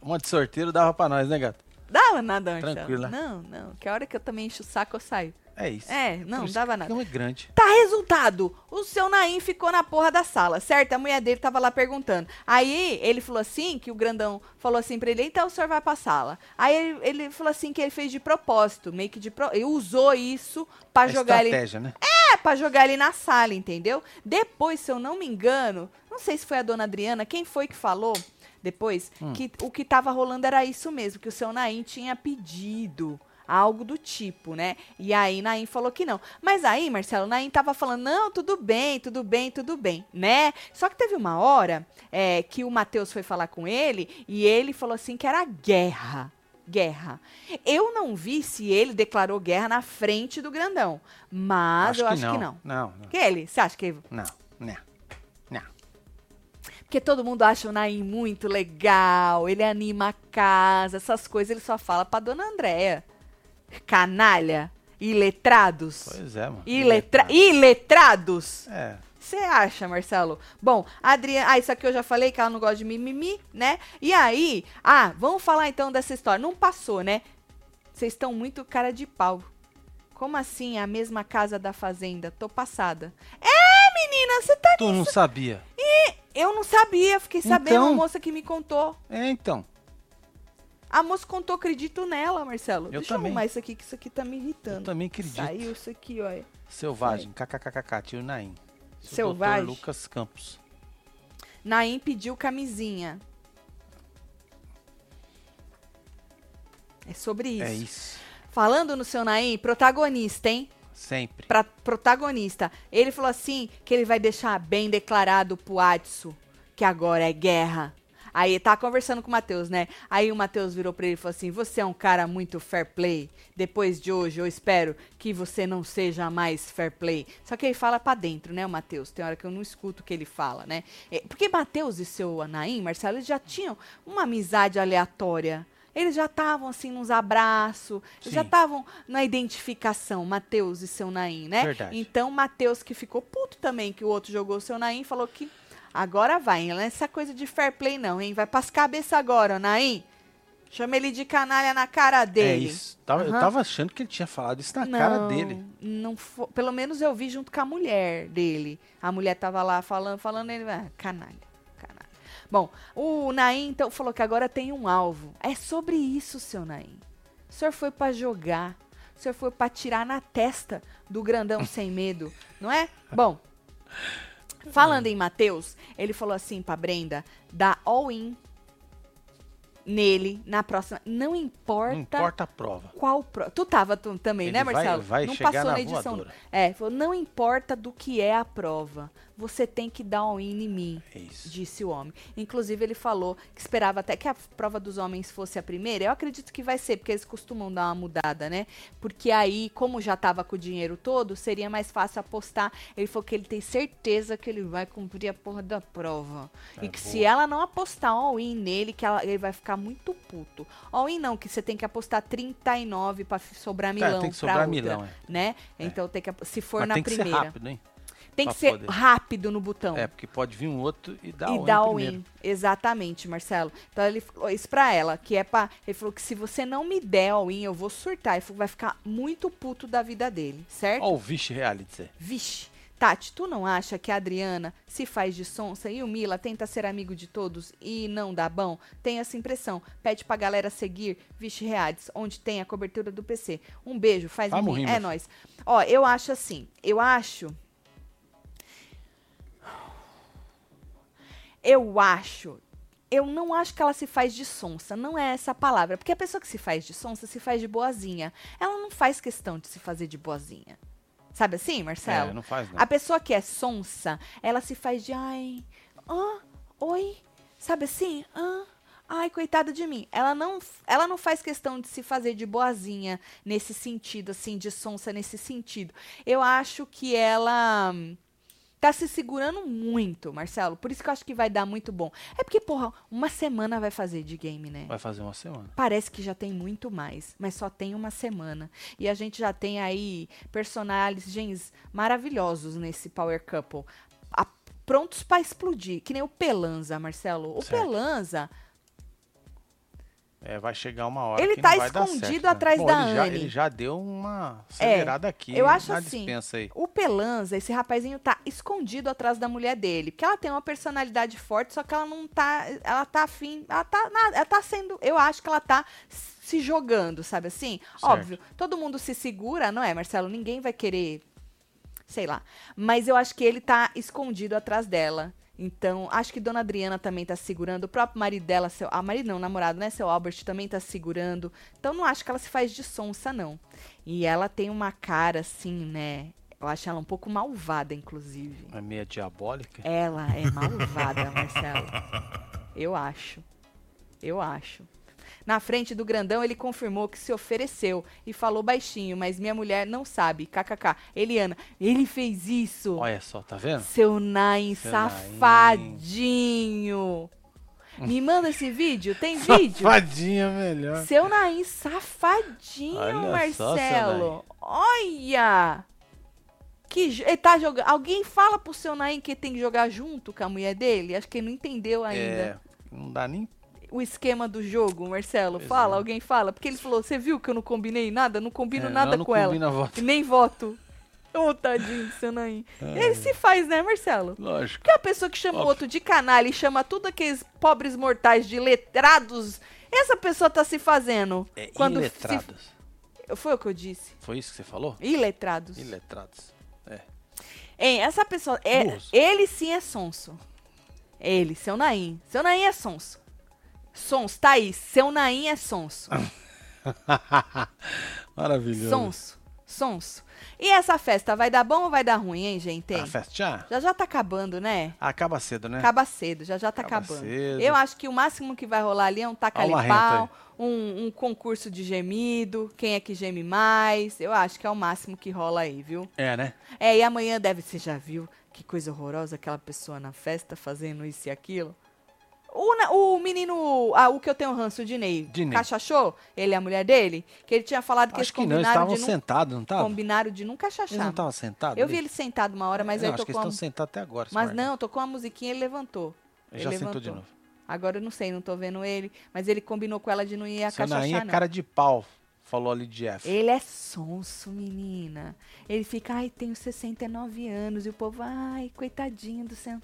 [SPEAKER 1] Uma de sorteiro dava pra nós, né, gato?
[SPEAKER 2] Dava nada, Marcelo.
[SPEAKER 1] Tranquila.
[SPEAKER 2] Não, não. Que a hora que eu também encho o saco, eu saio.
[SPEAKER 1] É isso.
[SPEAKER 2] É,
[SPEAKER 1] Por
[SPEAKER 2] não,
[SPEAKER 1] isso
[SPEAKER 2] dava
[SPEAKER 1] que
[SPEAKER 2] nada.
[SPEAKER 1] Não é grande.
[SPEAKER 2] Tá, resultado. O seu Naim ficou na porra da sala, certo? A mulher dele tava lá perguntando. Aí ele falou assim, que o grandão falou assim pra ele, então o senhor vai pra sala. Aí ele, ele falou assim que ele fez de propósito, meio que de pro... Ele usou isso pra
[SPEAKER 1] É
[SPEAKER 2] jogar ele
[SPEAKER 1] estratégia, né?
[SPEAKER 2] é pra jogar ele na sala, entendeu? Depois, se eu não me engano, não sei se foi a dona Adriana, quem foi que falou depois que o que tava rolando era isso mesmo, que o seu Naim tinha pedido. Algo do tipo, né? E aí Naim falou que não. Mas aí, Marcelo, Naim tava falando, não, tudo bem, tudo bem, tudo bem, né? Só que teve uma hora é, que o Matheus foi falar com ele e ele falou assim que era guerra guerra. Eu não vi se ele declarou guerra na frente do grandão, mas eu acho que não.
[SPEAKER 1] Não, não.
[SPEAKER 2] Que ele? Você acha que ele-
[SPEAKER 1] Não, não. né? não.
[SPEAKER 2] Porque todo mundo acha o Naim muito legal, ele anima a casa, essas coisas ele só fala pra dona Andréia. Canalha, iletrados.
[SPEAKER 1] Pois é, mano.
[SPEAKER 2] Iletra... Iletrados.
[SPEAKER 1] É.
[SPEAKER 2] Você acha, Marcelo? Bom, a Adriana. Ah, isso aqui eu já falei que ela não gosta de mimimi, né? E aí. Ah, vamos falar então dessa história. Não passou, né? Vocês estão muito cara de pau. Como assim? A mesma casa da fazenda? Tô passada. É, menina, você tá.
[SPEAKER 1] Tu não sabia.
[SPEAKER 2] Eu não sabia, fiquei sabendo
[SPEAKER 1] Então?
[SPEAKER 2] uma moça que me contou.
[SPEAKER 1] É, então.
[SPEAKER 2] A moça contou, acredito nela, Marcelo.
[SPEAKER 1] Eu
[SPEAKER 2] Deixa
[SPEAKER 1] também.
[SPEAKER 2] eu arrumar isso aqui, que isso aqui tá me
[SPEAKER 1] Eu
[SPEAKER 2] irritando.
[SPEAKER 1] também acredito.
[SPEAKER 2] Saiu isso aqui, olha.
[SPEAKER 1] Selvagem. KKKKK. Tio Naim. Seu
[SPEAKER 2] Selvagem.
[SPEAKER 1] Dr. Lucas Campos.
[SPEAKER 2] Naim pediu camisinha. É sobre isso.
[SPEAKER 1] É isso.
[SPEAKER 2] Falando no seu Naim, protagonista, hein?
[SPEAKER 1] Sempre.
[SPEAKER 2] Pra protagonista. Ele falou assim que ele vai deixar bem declarado pro Adson que agora é guerra. Aí ele tava conversando com o Matheus, né? Aí o Matheus virou pra ele e falou assim: Você é um cara muito fair play. Depois de hoje, eu espero que você não seja mais fair play. Só que ele fala pra dentro, né, o Matheus? Tem hora que eu não escuto o que ele fala, né? É, Porque Matheus e seu Anaim, Marcelo, eles já tinham uma amizade aleatória. Eles já estavam, assim, nos abraços, eles já
[SPEAKER 1] Sim.
[SPEAKER 2] estavam na identificação, Matheus e seu Naim, né?
[SPEAKER 1] Verdade.
[SPEAKER 2] Então, Matheus, que ficou puto também, que o outro jogou o seu Naim, falou que agora vai, hein? Não é essa coisa de fair play, não, hein? Vai pras cabeças agora, ó, Naim. Chama ele de canalha na cara
[SPEAKER 1] É
[SPEAKER 2] dele.
[SPEAKER 1] isso. Tava- Eu
[SPEAKER 2] Aham.
[SPEAKER 1] tava achando que ele tinha falado isso na cara dele.
[SPEAKER 2] Não fo- Pelo menos eu vi junto com a mulher dele. A mulher tava lá falando, falando, ele. Ah, canalha, canalha. Bom, o Naim então falou que agora tem um alvo. É sobre isso, seu Naim. O senhor foi pra jogar. O senhor foi pra tirar na testa do
[SPEAKER 1] [laughs]
[SPEAKER 2] grandão sem medo, não é? Bom. Falando em Matheus, ele falou assim pra Brenda: dá all-in nele na próxima. Não
[SPEAKER 1] Não importa a prova.
[SPEAKER 2] qual pro... Tu tava tu- também,
[SPEAKER 1] Ele
[SPEAKER 2] né,
[SPEAKER 1] vai-
[SPEAKER 2] Marcelo?
[SPEAKER 1] vai
[SPEAKER 2] não
[SPEAKER 1] chegar
[SPEAKER 2] passou
[SPEAKER 1] na
[SPEAKER 2] na edição.
[SPEAKER 1] voadora.
[SPEAKER 2] É, falou, não importa do que é a prova, você tem que dar um in em mim,
[SPEAKER 1] É isso.
[SPEAKER 2] disse o homem. Inclusive, ele falou que esperava até que a prova dos homens fosse a primeira. Eu acredito que vai ser, porque eles costumam dar uma mudada, né? Porque aí, como já tava com o dinheiro todo, seria mais fácil apostar. Ele falou que ele tem certeza que ele vai cumprir a porra da prova.
[SPEAKER 1] Tá
[SPEAKER 2] e que
[SPEAKER 1] bom.
[SPEAKER 2] se ela não apostar um all-in nele, que ela- ele vai ficar muito puto. All-in não, que você tem que apostar 39 pra f- sobrar
[SPEAKER 1] Cara,
[SPEAKER 2] milão
[SPEAKER 1] tem que
[SPEAKER 2] pra
[SPEAKER 1] sobrar
[SPEAKER 2] outra,
[SPEAKER 1] milão, é.
[SPEAKER 2] né? Então tem que ap- se for
[SPEAKER 1] Mas
[SPEAKER 2] na
[SPEAKER 1] tem que
[SPEAKER 2] primeira.
[SPEAKER 1] ser rápido, hein?
[SPEAKER 2] tem
[SPEAKER 1] pra
[SPEAKER 2] que ser
[SPEAKER 1] poder.
[SPEAKER 2] rápido no botão.
[SPEAKER 1] É, porque pode vir um outro e dar
[SPEAKER 2] e
[SPEAKER 1] o
[SPEAKER 2] dá um
[SPEAKER 1] in
[SPEAKER 2] all
[SPEAKER 1] primeiro.
[SPEAKER 2] in. Exatamente, Marcelo. Então ele falou isso pra ela, que é pra. Ele falou que se você não me der all in, eu vou surtar. Ele falou, vai ficar muito puto da vida dele, certo?
[SPEAKER 1] Ó o vixe reality. É,
[SPEAKER 2] Vixe, Tati, tu não acha que a Adriana se faz de sonsa e o Mila tenta ser amigo de todos e não dá bom? Tem essa impressão. Pede pra galera seguir Vixe Reades, onde tem a cobertura do PC. Um beijo, faz
[SPEAKER 1] Vamos
[SPEAKER 2] um rim.
[SPEAKER 1] rir,
[SPEAKER 2] É
[SPEAKER 1] meu
[SPEAKER 2] nóis. Ó, eu acho assim, eu acho... Eu acho... Eu não acho que ela se faz de sonsa, não é essa a palavra. Porque a pessoa que se faz de sonsa se faz de boazinha. Ela não faz questão de se fazer de boazinha. Sabe assim, Marcelo?
[SPEAKER 1] É, não faz não.
[SPEAKER 2] A pessoa que é sonsa, ela se faz de ai, ah, oi, sabe assim? Ah, ai, coitada de mim. Ela não, ela não faz questão de se fazer de boazinha nesse sentido, assim, de sonsa nesse sentido. Eu acho que ela hum, tá se segurando muito, Marcelo. Por isso que eu acho que vai dar muito bom. É porque, porra, uma semana vai fazer de game, né?
[SPEAKER 1] Vai fazer uma semana.
[SPEAKER 2] Parece que já tem muito mais, mas só tem uma semana. E a gente já tem aí personagens maravilhosos nesse Power Couple. A- prontos pra explodir, que nem o Pelanza, Marcelo. O
[SPEAKER 1] Certo.
[SPEAKER 2] Pelanza,
[SPEAKER 1] É, vai chegar uma hora.
[SPEAKER 2] Ele
[SPEAKER 1] que
[SPEAKER 2] tá
[SPEAKER 1] não vai dar
[SPEAKER 2] escondido
[SPEAKER 1] certo, né?
[SPEAKER 2] atrás
[SPEAKER 1] Bom,
[SPEAKER 2] da
[SPEAKER 1] ele já,
[SPEAKER 2] Anne. É,
[SPEAKER 1] ele já deu uma acelerada aqui.
[SPEAKER 2] eu acho
[SPEAKER 1] na
[SPEAKER 2] assim,
[SPEAKER 1] Dispensa aí.
[SPEAKER 2] o Pelanza, esse rapazinho tá escondido atrás da mulher dele, porque ela tem uma personalidade forte, só que ela não tá, ela tá afim, ela tá, na- ela tá sendo, eu acho que ela tá se jogando, sabe assim?
[SPEAKER 1] Certo.
[SPEAKER 2] Óbvio, todo mundo se segura, não é, Marcelo? Ninguém vai querer sei lá. Mas eu acho que ele tá escondido atrás dela. Então, acho que Dona Adriana também tá segurando. O próprio marido dela, seu. Ah, marido não, namorado, né? Seu Albert também tá segurando. Então, não acho que ela se faz de sonsa, não. E ela tem uma cara, assim, né? Eu acho ela um pouco malvada, inclusive.
[SPEAKER 1] É meia diabólica.
[SPEAKER 2] Ela é
[SPEAKER 1] [laughs]
[SPEAKER 2] malvada, Marcelo. Eu acho. Eu acho. Na frente do grandão, ele confirmou que se ofereceu e falou baixinho, mas minha mulher não sabe. KKK. Eliana, ele fez isso.
[SPEAKER 1] Olha só, tá vendo?
[SPEAKER 2] Seu Nain
[SPEAKER 1] Seu
[SPEAKER 2] safadinho. Me manda esse vídeo? Tem vídeo?
[SPEAKER 1] [laughs] Safadinha melhor.
[SPEAKER 2] Seu Nain safadinho,
[SPEAKER 1] Olha só, seu
[SPEAKER 2] Marcelo. Olha! Que jo- ele tá jogando. Alguém fala pro seu Nain que ele tem que jogar junto com a mulher dele? Acho que ele não entendeu ainda
[SPEAKER 1] É, não dá nem.
[SPEAKER 2] o esquema do jogo, Marcelo.
[SPEAKER 1] Pois
[SPEAKER 2] fala,
[SPEAKER 1] é.
[SPEAKER 2] alguém fala. Porque ele falou: você viu que eu não combinei nada? Não combino
[SPEAKER 1] é,
[SPEAKER 2] nada
[SPEAKER 1] não
[SPEAKER 2] com ela.
[SPEAKER 1] combina a voto.
[SPEAKER 2] Nem voto. Ô, tadinho do seu Nain. Ele se faz, né, Marcelo?
[SPEAKER 1] Lógico.
[SPEAKER 2] Porque a pessoa que chama o
[SPEAKER 1] É. Óbvio.
[SPEAKER 2] outro de canalha e chama tudo aqueles pobres mortais de letrados, essa pessoa tá se fazendo.
[SPEAKER 1] É
[SPEAKER 2] Quando se-
[SPEAKER 1] iletrados.
[SPEAKER 2] Foi o que eu disse.
[SPEAKER 1] Foi isso que você falou?
[SPEAKER 2] Iletrados.
[SPEAKER 1] Iletrados. É.
[SPEAKER 2] Hein, essa pessoa. é-
[SPEAKER 1] Burros.
[SPEAKER 2] ele sim é sonso. Ele, seu Naim. Seu Naim é sonso. Sons, tá aí. Seu Naim é sonso.
[SPEAKER 1] [laughs] Ah, Maravilhoso.
[SPEAKER 2] Sonso. Sonso. E essa festa vai dar bom ou vai dar ruim, hein, gente?
[SPEAKER 1] A festa
[SPEAKER 2] Já já tá acabando, né?
[SPEAKER 1] acaba cedo, né?
[SPEAKER 2] Acaba cedo, já já tá
[SPEAKER 1] Acaba
[SPEAKER 2] acabando.
[SPEAKER 1] cedo.
[SPEAKER 2] Eu acho que o máximo que vai rolar ali é um taca
[SPEAKER 1] Olha o
[SPEAKER 2] pau,
[SPEAKER 1] marrento
[SPEAKER 2] um, um concurso de gemido, quem é que geme mais. Eu acho que é o máximo que rola aí, viu?
[SPEAKER 1] É, né?
[SPEAKER 2] É, e amanhã deve, você já viu que coisa horrorosa aquela pessoa na festa fazendo isso e aquilo? O, na- o menino, ah, o que eu tenho ranço, o Dinei,
[SPEAKER 1] Dinei.
[SPEAKER 2] cachachou, ele e a mulher dele, que ele tinha falado que eles
[SPEAKER 1] Acho que não, eles
[SPEAKER 2] combinaram,
[SPEAKER 1] estavam
[SPEAKER 2] de, não,
[SPEAKER 1] sentados, não estavam?
[SPEAKER 2] combinaram de nunca
[SPEAKER 1] Eles não
[SPEAKER 2] chachar.
[SPEAKER 1] estavam sentados?
[SPEAKER 2] Eu vi
[SPEAKER 1] ali?
[SPEAKER 2] ele sentado uma hora, mas
[SPEAKER 1] não,
[SPEAKER 2] aí
[SPEAKER 1] acho que
[SPEAKER 2] tocou
[SPEAKER 1] eles
[SPEAKER 2] a mu-
[SPEAKER 1] estão sentados até agora.
[SPEAKER 2] Mas
[SPEAKER 1] Smart.
[SPEAKER 2] não, tocou uma musiquinha e ele levantou.
[SPEAKER 1] Ele já
[SPEAKER 2] Ele
[SPEAKER 1] sentou de
[SPEAKER 2] levantou.
[SPEAKER 1] novo.
[SPEAKER 2] Agora eu não sei, não tô vendo ele. Mas ele combinou com ela de não ir a
[SPEAKER 1] Senaim
[SPEAKER 2] cachaçar,
[SPEAKER 1] é
[SPEAKER 2] não.
[SPEAKER 1] cara de pau, falou ali Jeff.
[SPEAKER 2] Ele é sonso, menina. Ele fica, ai, tenho 69 anos. E o povo, ai, coitadinho do céu.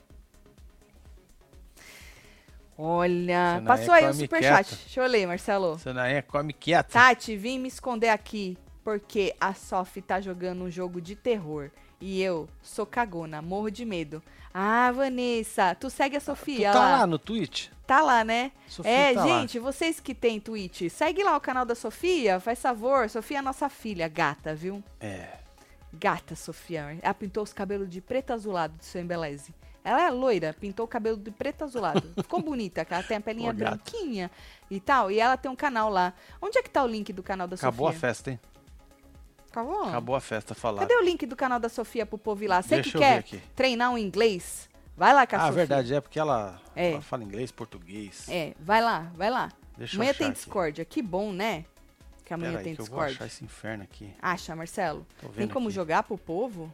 [SPEAKER 2] Olha,
[SPEAKER 1] Senaí
[SPEAKER 2] passou aí o
[SPEAKER 1] come
[SPEAKER 2] superchat.
[SPEAKER 1] quieto.
[SPEAKER 2] Deixa eu Tá ler, Marcelo.
[SPEAKER 1] Senaim come quieto.
[SPEAKER 2] Tati, vim me esconder aqui porque a Sophie tá jogando um jogo de terror. E eu sou cagona, morro de medo. Ah, Vanessa, tu segue a
[SPEAKER 1] Tu
[SPEAKER 2] Sofia
[SPEAKER 1] tá
[SPEAKER 2] lá.
[SPEAKER 1] lá no Twitch?
[SPEAKER 2] Tá lá, né?
[SPEAKER 1] Sofia
[SPEAKER 2] é,
[SPEAKER 1] tá lá.
[SPEAKER 2] gente, vocês que têm Twitch, segue lá o canal da Sofia, faz favor. Sofia é nossa filha, gata, viu?
[SPEAKER 1] É.
[SPEAKER 2] Gata, Sofia. Ela pintou os cabelos de preto azulado do seu embeleze. Ela é loira, pintou o cabelo de preto
[SPEAKER 1] [laughs]
[SPEAKER 2] azulado. Ficou bonita, que ela tem a pelinha
[SPEAKER 1] Ô, gata.
[SPEAKER 2] branquinha e tal. E ela tem um canal lá. Onde é que tá o link do canal da
[SPEAKER 1] Acabou a
[SPEAKER 2] Sofia?
[SPEAKER 1] festa, hein?
[SPEAKER 2] Acabou?
[SPEAKER 1] Acabou a festa, falaram.
[SPEAKER 2] Cadê o link do canal da Sofia pro povo ir lá? Você
[SPEAKER 1] Deixa
[SPEAKER 2] que
[SPEAKER 1] eu ver
[SPEAKER 2] quer
[SPEAKER 1] aqui.
[SPEAKER 2] treinar um inglês? Vai lá com a
[SPEAKER 1] Ah,
[SPEAKER 2] Sofia.
[SPEAKER 1] verdade, é porque ela,
[SPEAKER 2] É.
[SPEAKER 1] ela fala inglês, português.
[SPEAKER 2] É, vai lá, vai lá.
[SPEAKER 1] Deixa eu
[SPEAKER 2] amanhã
[SPEAKER 1] achar
[SPEAKER 2] tem
[SPEAKER 1] aqui.
[SPEAKER 2] discórdia. Que bom, né? Que amanhã
[SPEAKER 1] Pera aí,
[SPEAKER 2] tem
[SPEAKER 1] que eu vou achar
[SPEAKER 2] discórdia.
[SPEAKER 1] esse inferno aqui.
[SPEAKER 2] Acha, Marcelo?
[SPEAKER 1] Tô
[SPEAKER 2] Tem
[SPEAKER 1] vendo
[SPEAKER 2] como
[SPEAKER 1] aqui.
[SPEAKER 2] jogar pro povo?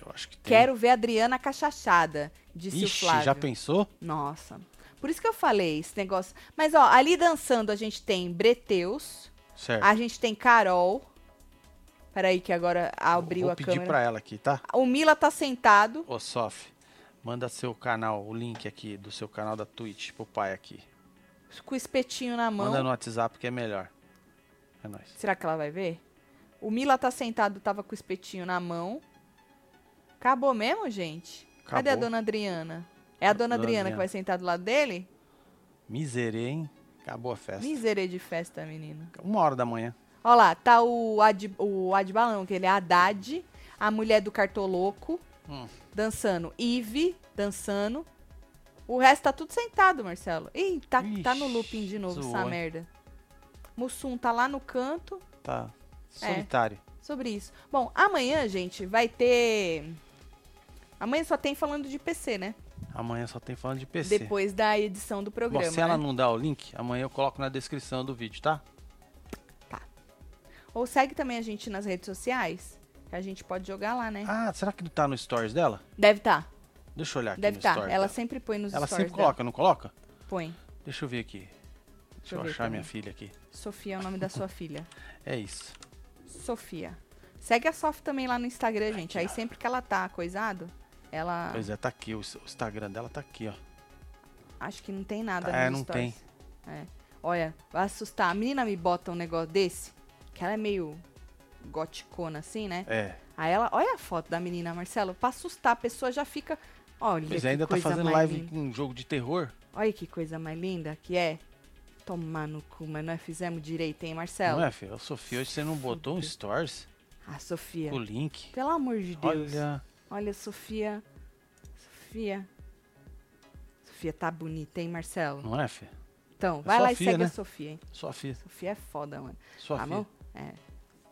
[SPEAKER 1] Eu acho que tem.
[SPEAKER 2] Quero ver a Adriana cachachada, disse o
[SPEAKER 1] Ixi,
[SPEAKER 2] Flávio.
[SPEAKER 1] já pensou?
[SPEAKER 2] Nossa. Por isso que eu falei esse negócio. Mas, ó, ali dançando a gente tem Breteus,
[SPEAKER 1] Certo.
[SPEAKER 2] a gente tem Carol. Peraí que agora tá, abriu
[SPEAKER 1] Vou
[SPEAKER 2] a
[SPEAKER 1] pedir
[SPEAKER 2] câmera.
[SPEAKER 1] pra ela aqui, tá?
[SPEAKER 2] O Mila tá sentado.
[SPEAKER 1] Ô, Sof, manda seu canal, o link aqui do seu canal da Twitch pro pai aqui.
[SPEAKER 2] com o espetinho na mão.
[SPEAKER 1] Manda no WhatsApp que é melhor. É nóis.
[SPEAKER 2] Será que ela vai ver? O Mila tá sentado, tava com o espetinho na mão. Acabou mesmo, gente? Cadê a
[SPEAKER 1] Acabou.
[SPEAKER 2] dona Adriana? É a dona
[SPEAKER 1] Dona
[SPEAKER 2] Adriana que
[SPEAKER 1] Adriana.
[SPEAKER 2] vai sentar do lado dele?
[SPEAKER 1] Miserê, hein? Acabou a festa.
[SPEAKER 2] Miserê de festa, menina.
[SPEAKER 1] Uma hora da manhã.
[SPEAKER 2] Ó lá, tá o Ad, o Adbalão, que ele é Haddad, a mulher do Cartoloco,
[SPEAKER 1] Hum.
[SPEAKER 2] dançando. Ive, dançando. O resto tá tudo sentado, Marcelo. Ih, tá, tá no
[SPEAKER 1] Ixi,
[SPEAKER 2] looping de novo
[SPEAKER 1] zoou,
[SPEAKER 2] essa
[SPEAKER 1] hein?
[SPEAKER 2] merda. Mussum tá lá no canto.
[SPEAKER 1] Tá solitário.
[SPEAKER 2] sobre isso. Bom, amanhã, gente, vai ter. Amanhã só tem falando de PC, né?
[SPEAKER 1] Amanhã só tem falando de PC.
[SPEAKER 2] Depois da edição do
[SPEAKER 1] Bom,
[SPEAKER 2] programa.
[SPEAKER 1] se ela
[SPEAKER 2] né?
[SPEAKER 1] não dá o link, amanhã eu coloco na descrição do vídeo, tá?
[SPEAKER 2] Ou segue também a gente nas redes sociais, que a gente pode jogar lá, né?
[SPEAKER 1] Ah, será que não tá no stories dela?
[SPEAKER 2] Deve tá,
[SPEAKER 1] Deixa eu olhar aqui
[SPEAKER 2] deve
[SPEAKER 1] no
[SPEAKER 2] tá.
[SPEAKER 1] stories
[SPEAKER 2] Ela
[SPEAKER 1] dela.
[SPEAKER 2] sempre põe nos
[SPEAKER 1] Ela
[SPEAKER 2] stories.
[SPEAKER 1] sempre coloca, não coloca?
[SPEAKER 2] dela. Põe.
[SPEAKER 1] Deixa eu ver aqui.
[SPEAKER 2] Deixa
[SPEAKER 1] Deixa,
[SPEAKER 2] eu
[SPEAKER 1] eu
[SPEAKER 2] ver
[SPEAKER 1] achar
[SPEAKER 2] também.
[SPEAKER 1] minha filha aqui.
[SPEAKER 2] Sofia é o nome da sua filha.
[SPEAKER 1] É isso.
[SPEAKER 2] Sofia. Segue a Sof também lá no Instagram, gente. Aí sempre que ela tá coisado, ela.
[SPEAKER 1] Pois é, tá aqui. O s- o Instagram dela tá aqui, ó.
[SPEAKER 2] Acho que não tem nada
[SPEAKER 1] É,
[SPEAKER 2] nos
[SPEAKER 1] não
[SPEAKER 2] stories. É. Olha, vai assustar. A menina me bota um negócio desse, que ela é meio goticona assim, né?
[SPEAKER 1] É.
[SPEAKER 2] Aí ela, olha a foto da menina, Marcelo, pra assustar, a pessoa já fica, olha
[SPEAKER 1] Pois
[SPEAKER 2] que
[SPEAKER 1] é, ainda tá
[SPEAKER 2] coisa
[SPEAKER 1] fazendo
[SPEAKER 2] mais
[SPEAKER 1] live
[SPEAKER 2] linda.
[SPEAKER 1] com um jogo de terror.
[SPEAKER 2] Olha que coisa mais linda que é. Tomar no cu, mas nós fizemos direito, hein, Marcelo?
[SPEAKER 1] Não é, filho? Sofia, hoje você não botou um stories?
[SPEAKER 2] A Sofia.
[SPEAKER 1] O link?
[SPEAKER 2] Pelo amor É. de Deus.
[SPEAKER 1] Olha.
[SPEAKER 2] Olha, Sofia. Sofia. Sofia tá bonita, hein, Marcelo?
[SPEAKER 1] Não é, filho?
[SPEAKER 2] Então, vai lá e
[SPEAKER 1] Sofia,
[SPEAKER 2] segue a
[SPEAKER 1] né?
[SPEAKER 2] Sofia, hein?
[SPEAKER 1] Sofia.
[SPEAKER 2] Sofia é foda, mano.
[SPEAKER 1] Sofia.
[SPEAKER 2] Tá bom? É.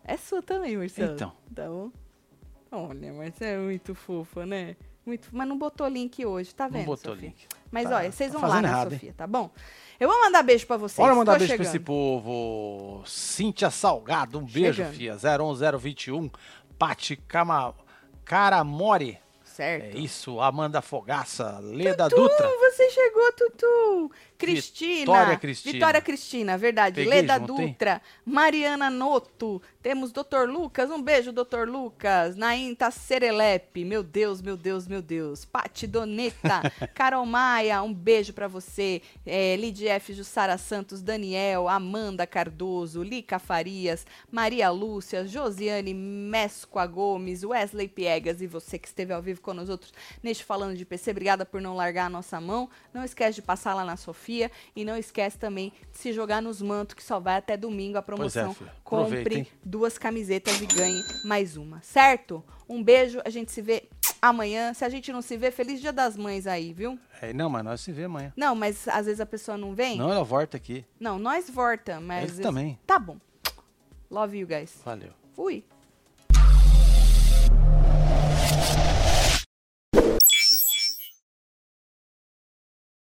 [SPEAKER 2] É sua também, Marcelo.
[SPEAKER 1] Então.
[SPEAKER 2] Tá bom? Olha, mas é muito fofa, né? Muito, mas não botou link hoje, tá vendo?
[SPEAKER 1] não botou
[SPEAKER 2] Sofia?
[SPEAKER 1] link.
[SPEAKER 2] Mas
[SPEAKER 1] Tá-
[SPEAKER 2] olha, vocês
[SPEAKER 1] tá
[SPEAKER 2] vão lá
[SPEAKER 1] fazendo
[SPEAKER 2] na
[SPEAKER 1] errado, hein?
[SPEAKER 2] Sofia, tá bom? Eu vou mandar beijo pra vocês.
[SPEAKER 1] Bora mandar
[SPEAKER 2] tô
[SPEAKER 1] beijo
[SPEAKER 2] tá chegando.
[SPEAKER 1] pra esse povo. Cíntia Salgado, um beijo,
[SPEAKER 2] Chegando.
[SPEAKER 1] fia. 01021. Pati Cama... Caramore. É
[SPEAKER 2] Certo.
[SPEAKER 1] isso. Amanda Fogaça. Leda Dutra.
[SPEAKER 2] Hum, Você chegou, Tutu! Cristina!
[SPEAKER 1] Vitória Cristina.
[SPEAKER 2] Vitória Cristina, verdade.
[SPEAKER 1] Peguei
[SPEAKER 2] Leda
[SPEAKER 1] junto, hein?
[SPEAKER 2] Dutra, Mariana Noto, temos Dr. Lucas, um beijo, Dr. Lucas. Nainta Serelepe, meu Deus, meu Deus, meu Deus. Pati
[SPEAKER 1] [laughs]
[SPEAKER 2] Doneta, Carol Maia, um beijo pra você. É, Lidia F. Jussara Santos, Daniel, Amanda Cardoso, Lica Farias, Maria Lúcia, Josiane Mesqua Gomes, Wesley Piegas e você que esteve ao vivo com nós outros neste Falando de PC. Obrigada por não largar a nossa mão. Não esquece de passar lá na Sofia e não esquece também de se jogar nos mantos que só vai até domingo a promoção.
[SPEAKER 1] filha. é, Aproveita,
[SPEAKER 2] Compre
[SPEAKER 1] hein?
[SPEAKER 2] duas camisetas e ganhe mais uma, certo? Um beijo, a gente se vê amanhã. Se a gente não se vê, feliz Dia das Mães aí, viu?
[SPEAKER 1] É, não, mas nós se vê amanhã.
[SPEAKER 2] Não, mas às vezes a pessoa não vem.
[SPEAKER 1] Não, ela volta aqui.
[SPEAKER 2] Não, nós volta, mas
[SPEAKER 1] Ele também.
[SPEAKER 2] Tá bom. Love you guys.
[SPEAKER 1] Valeu.
[SPEAKER 2] Fui.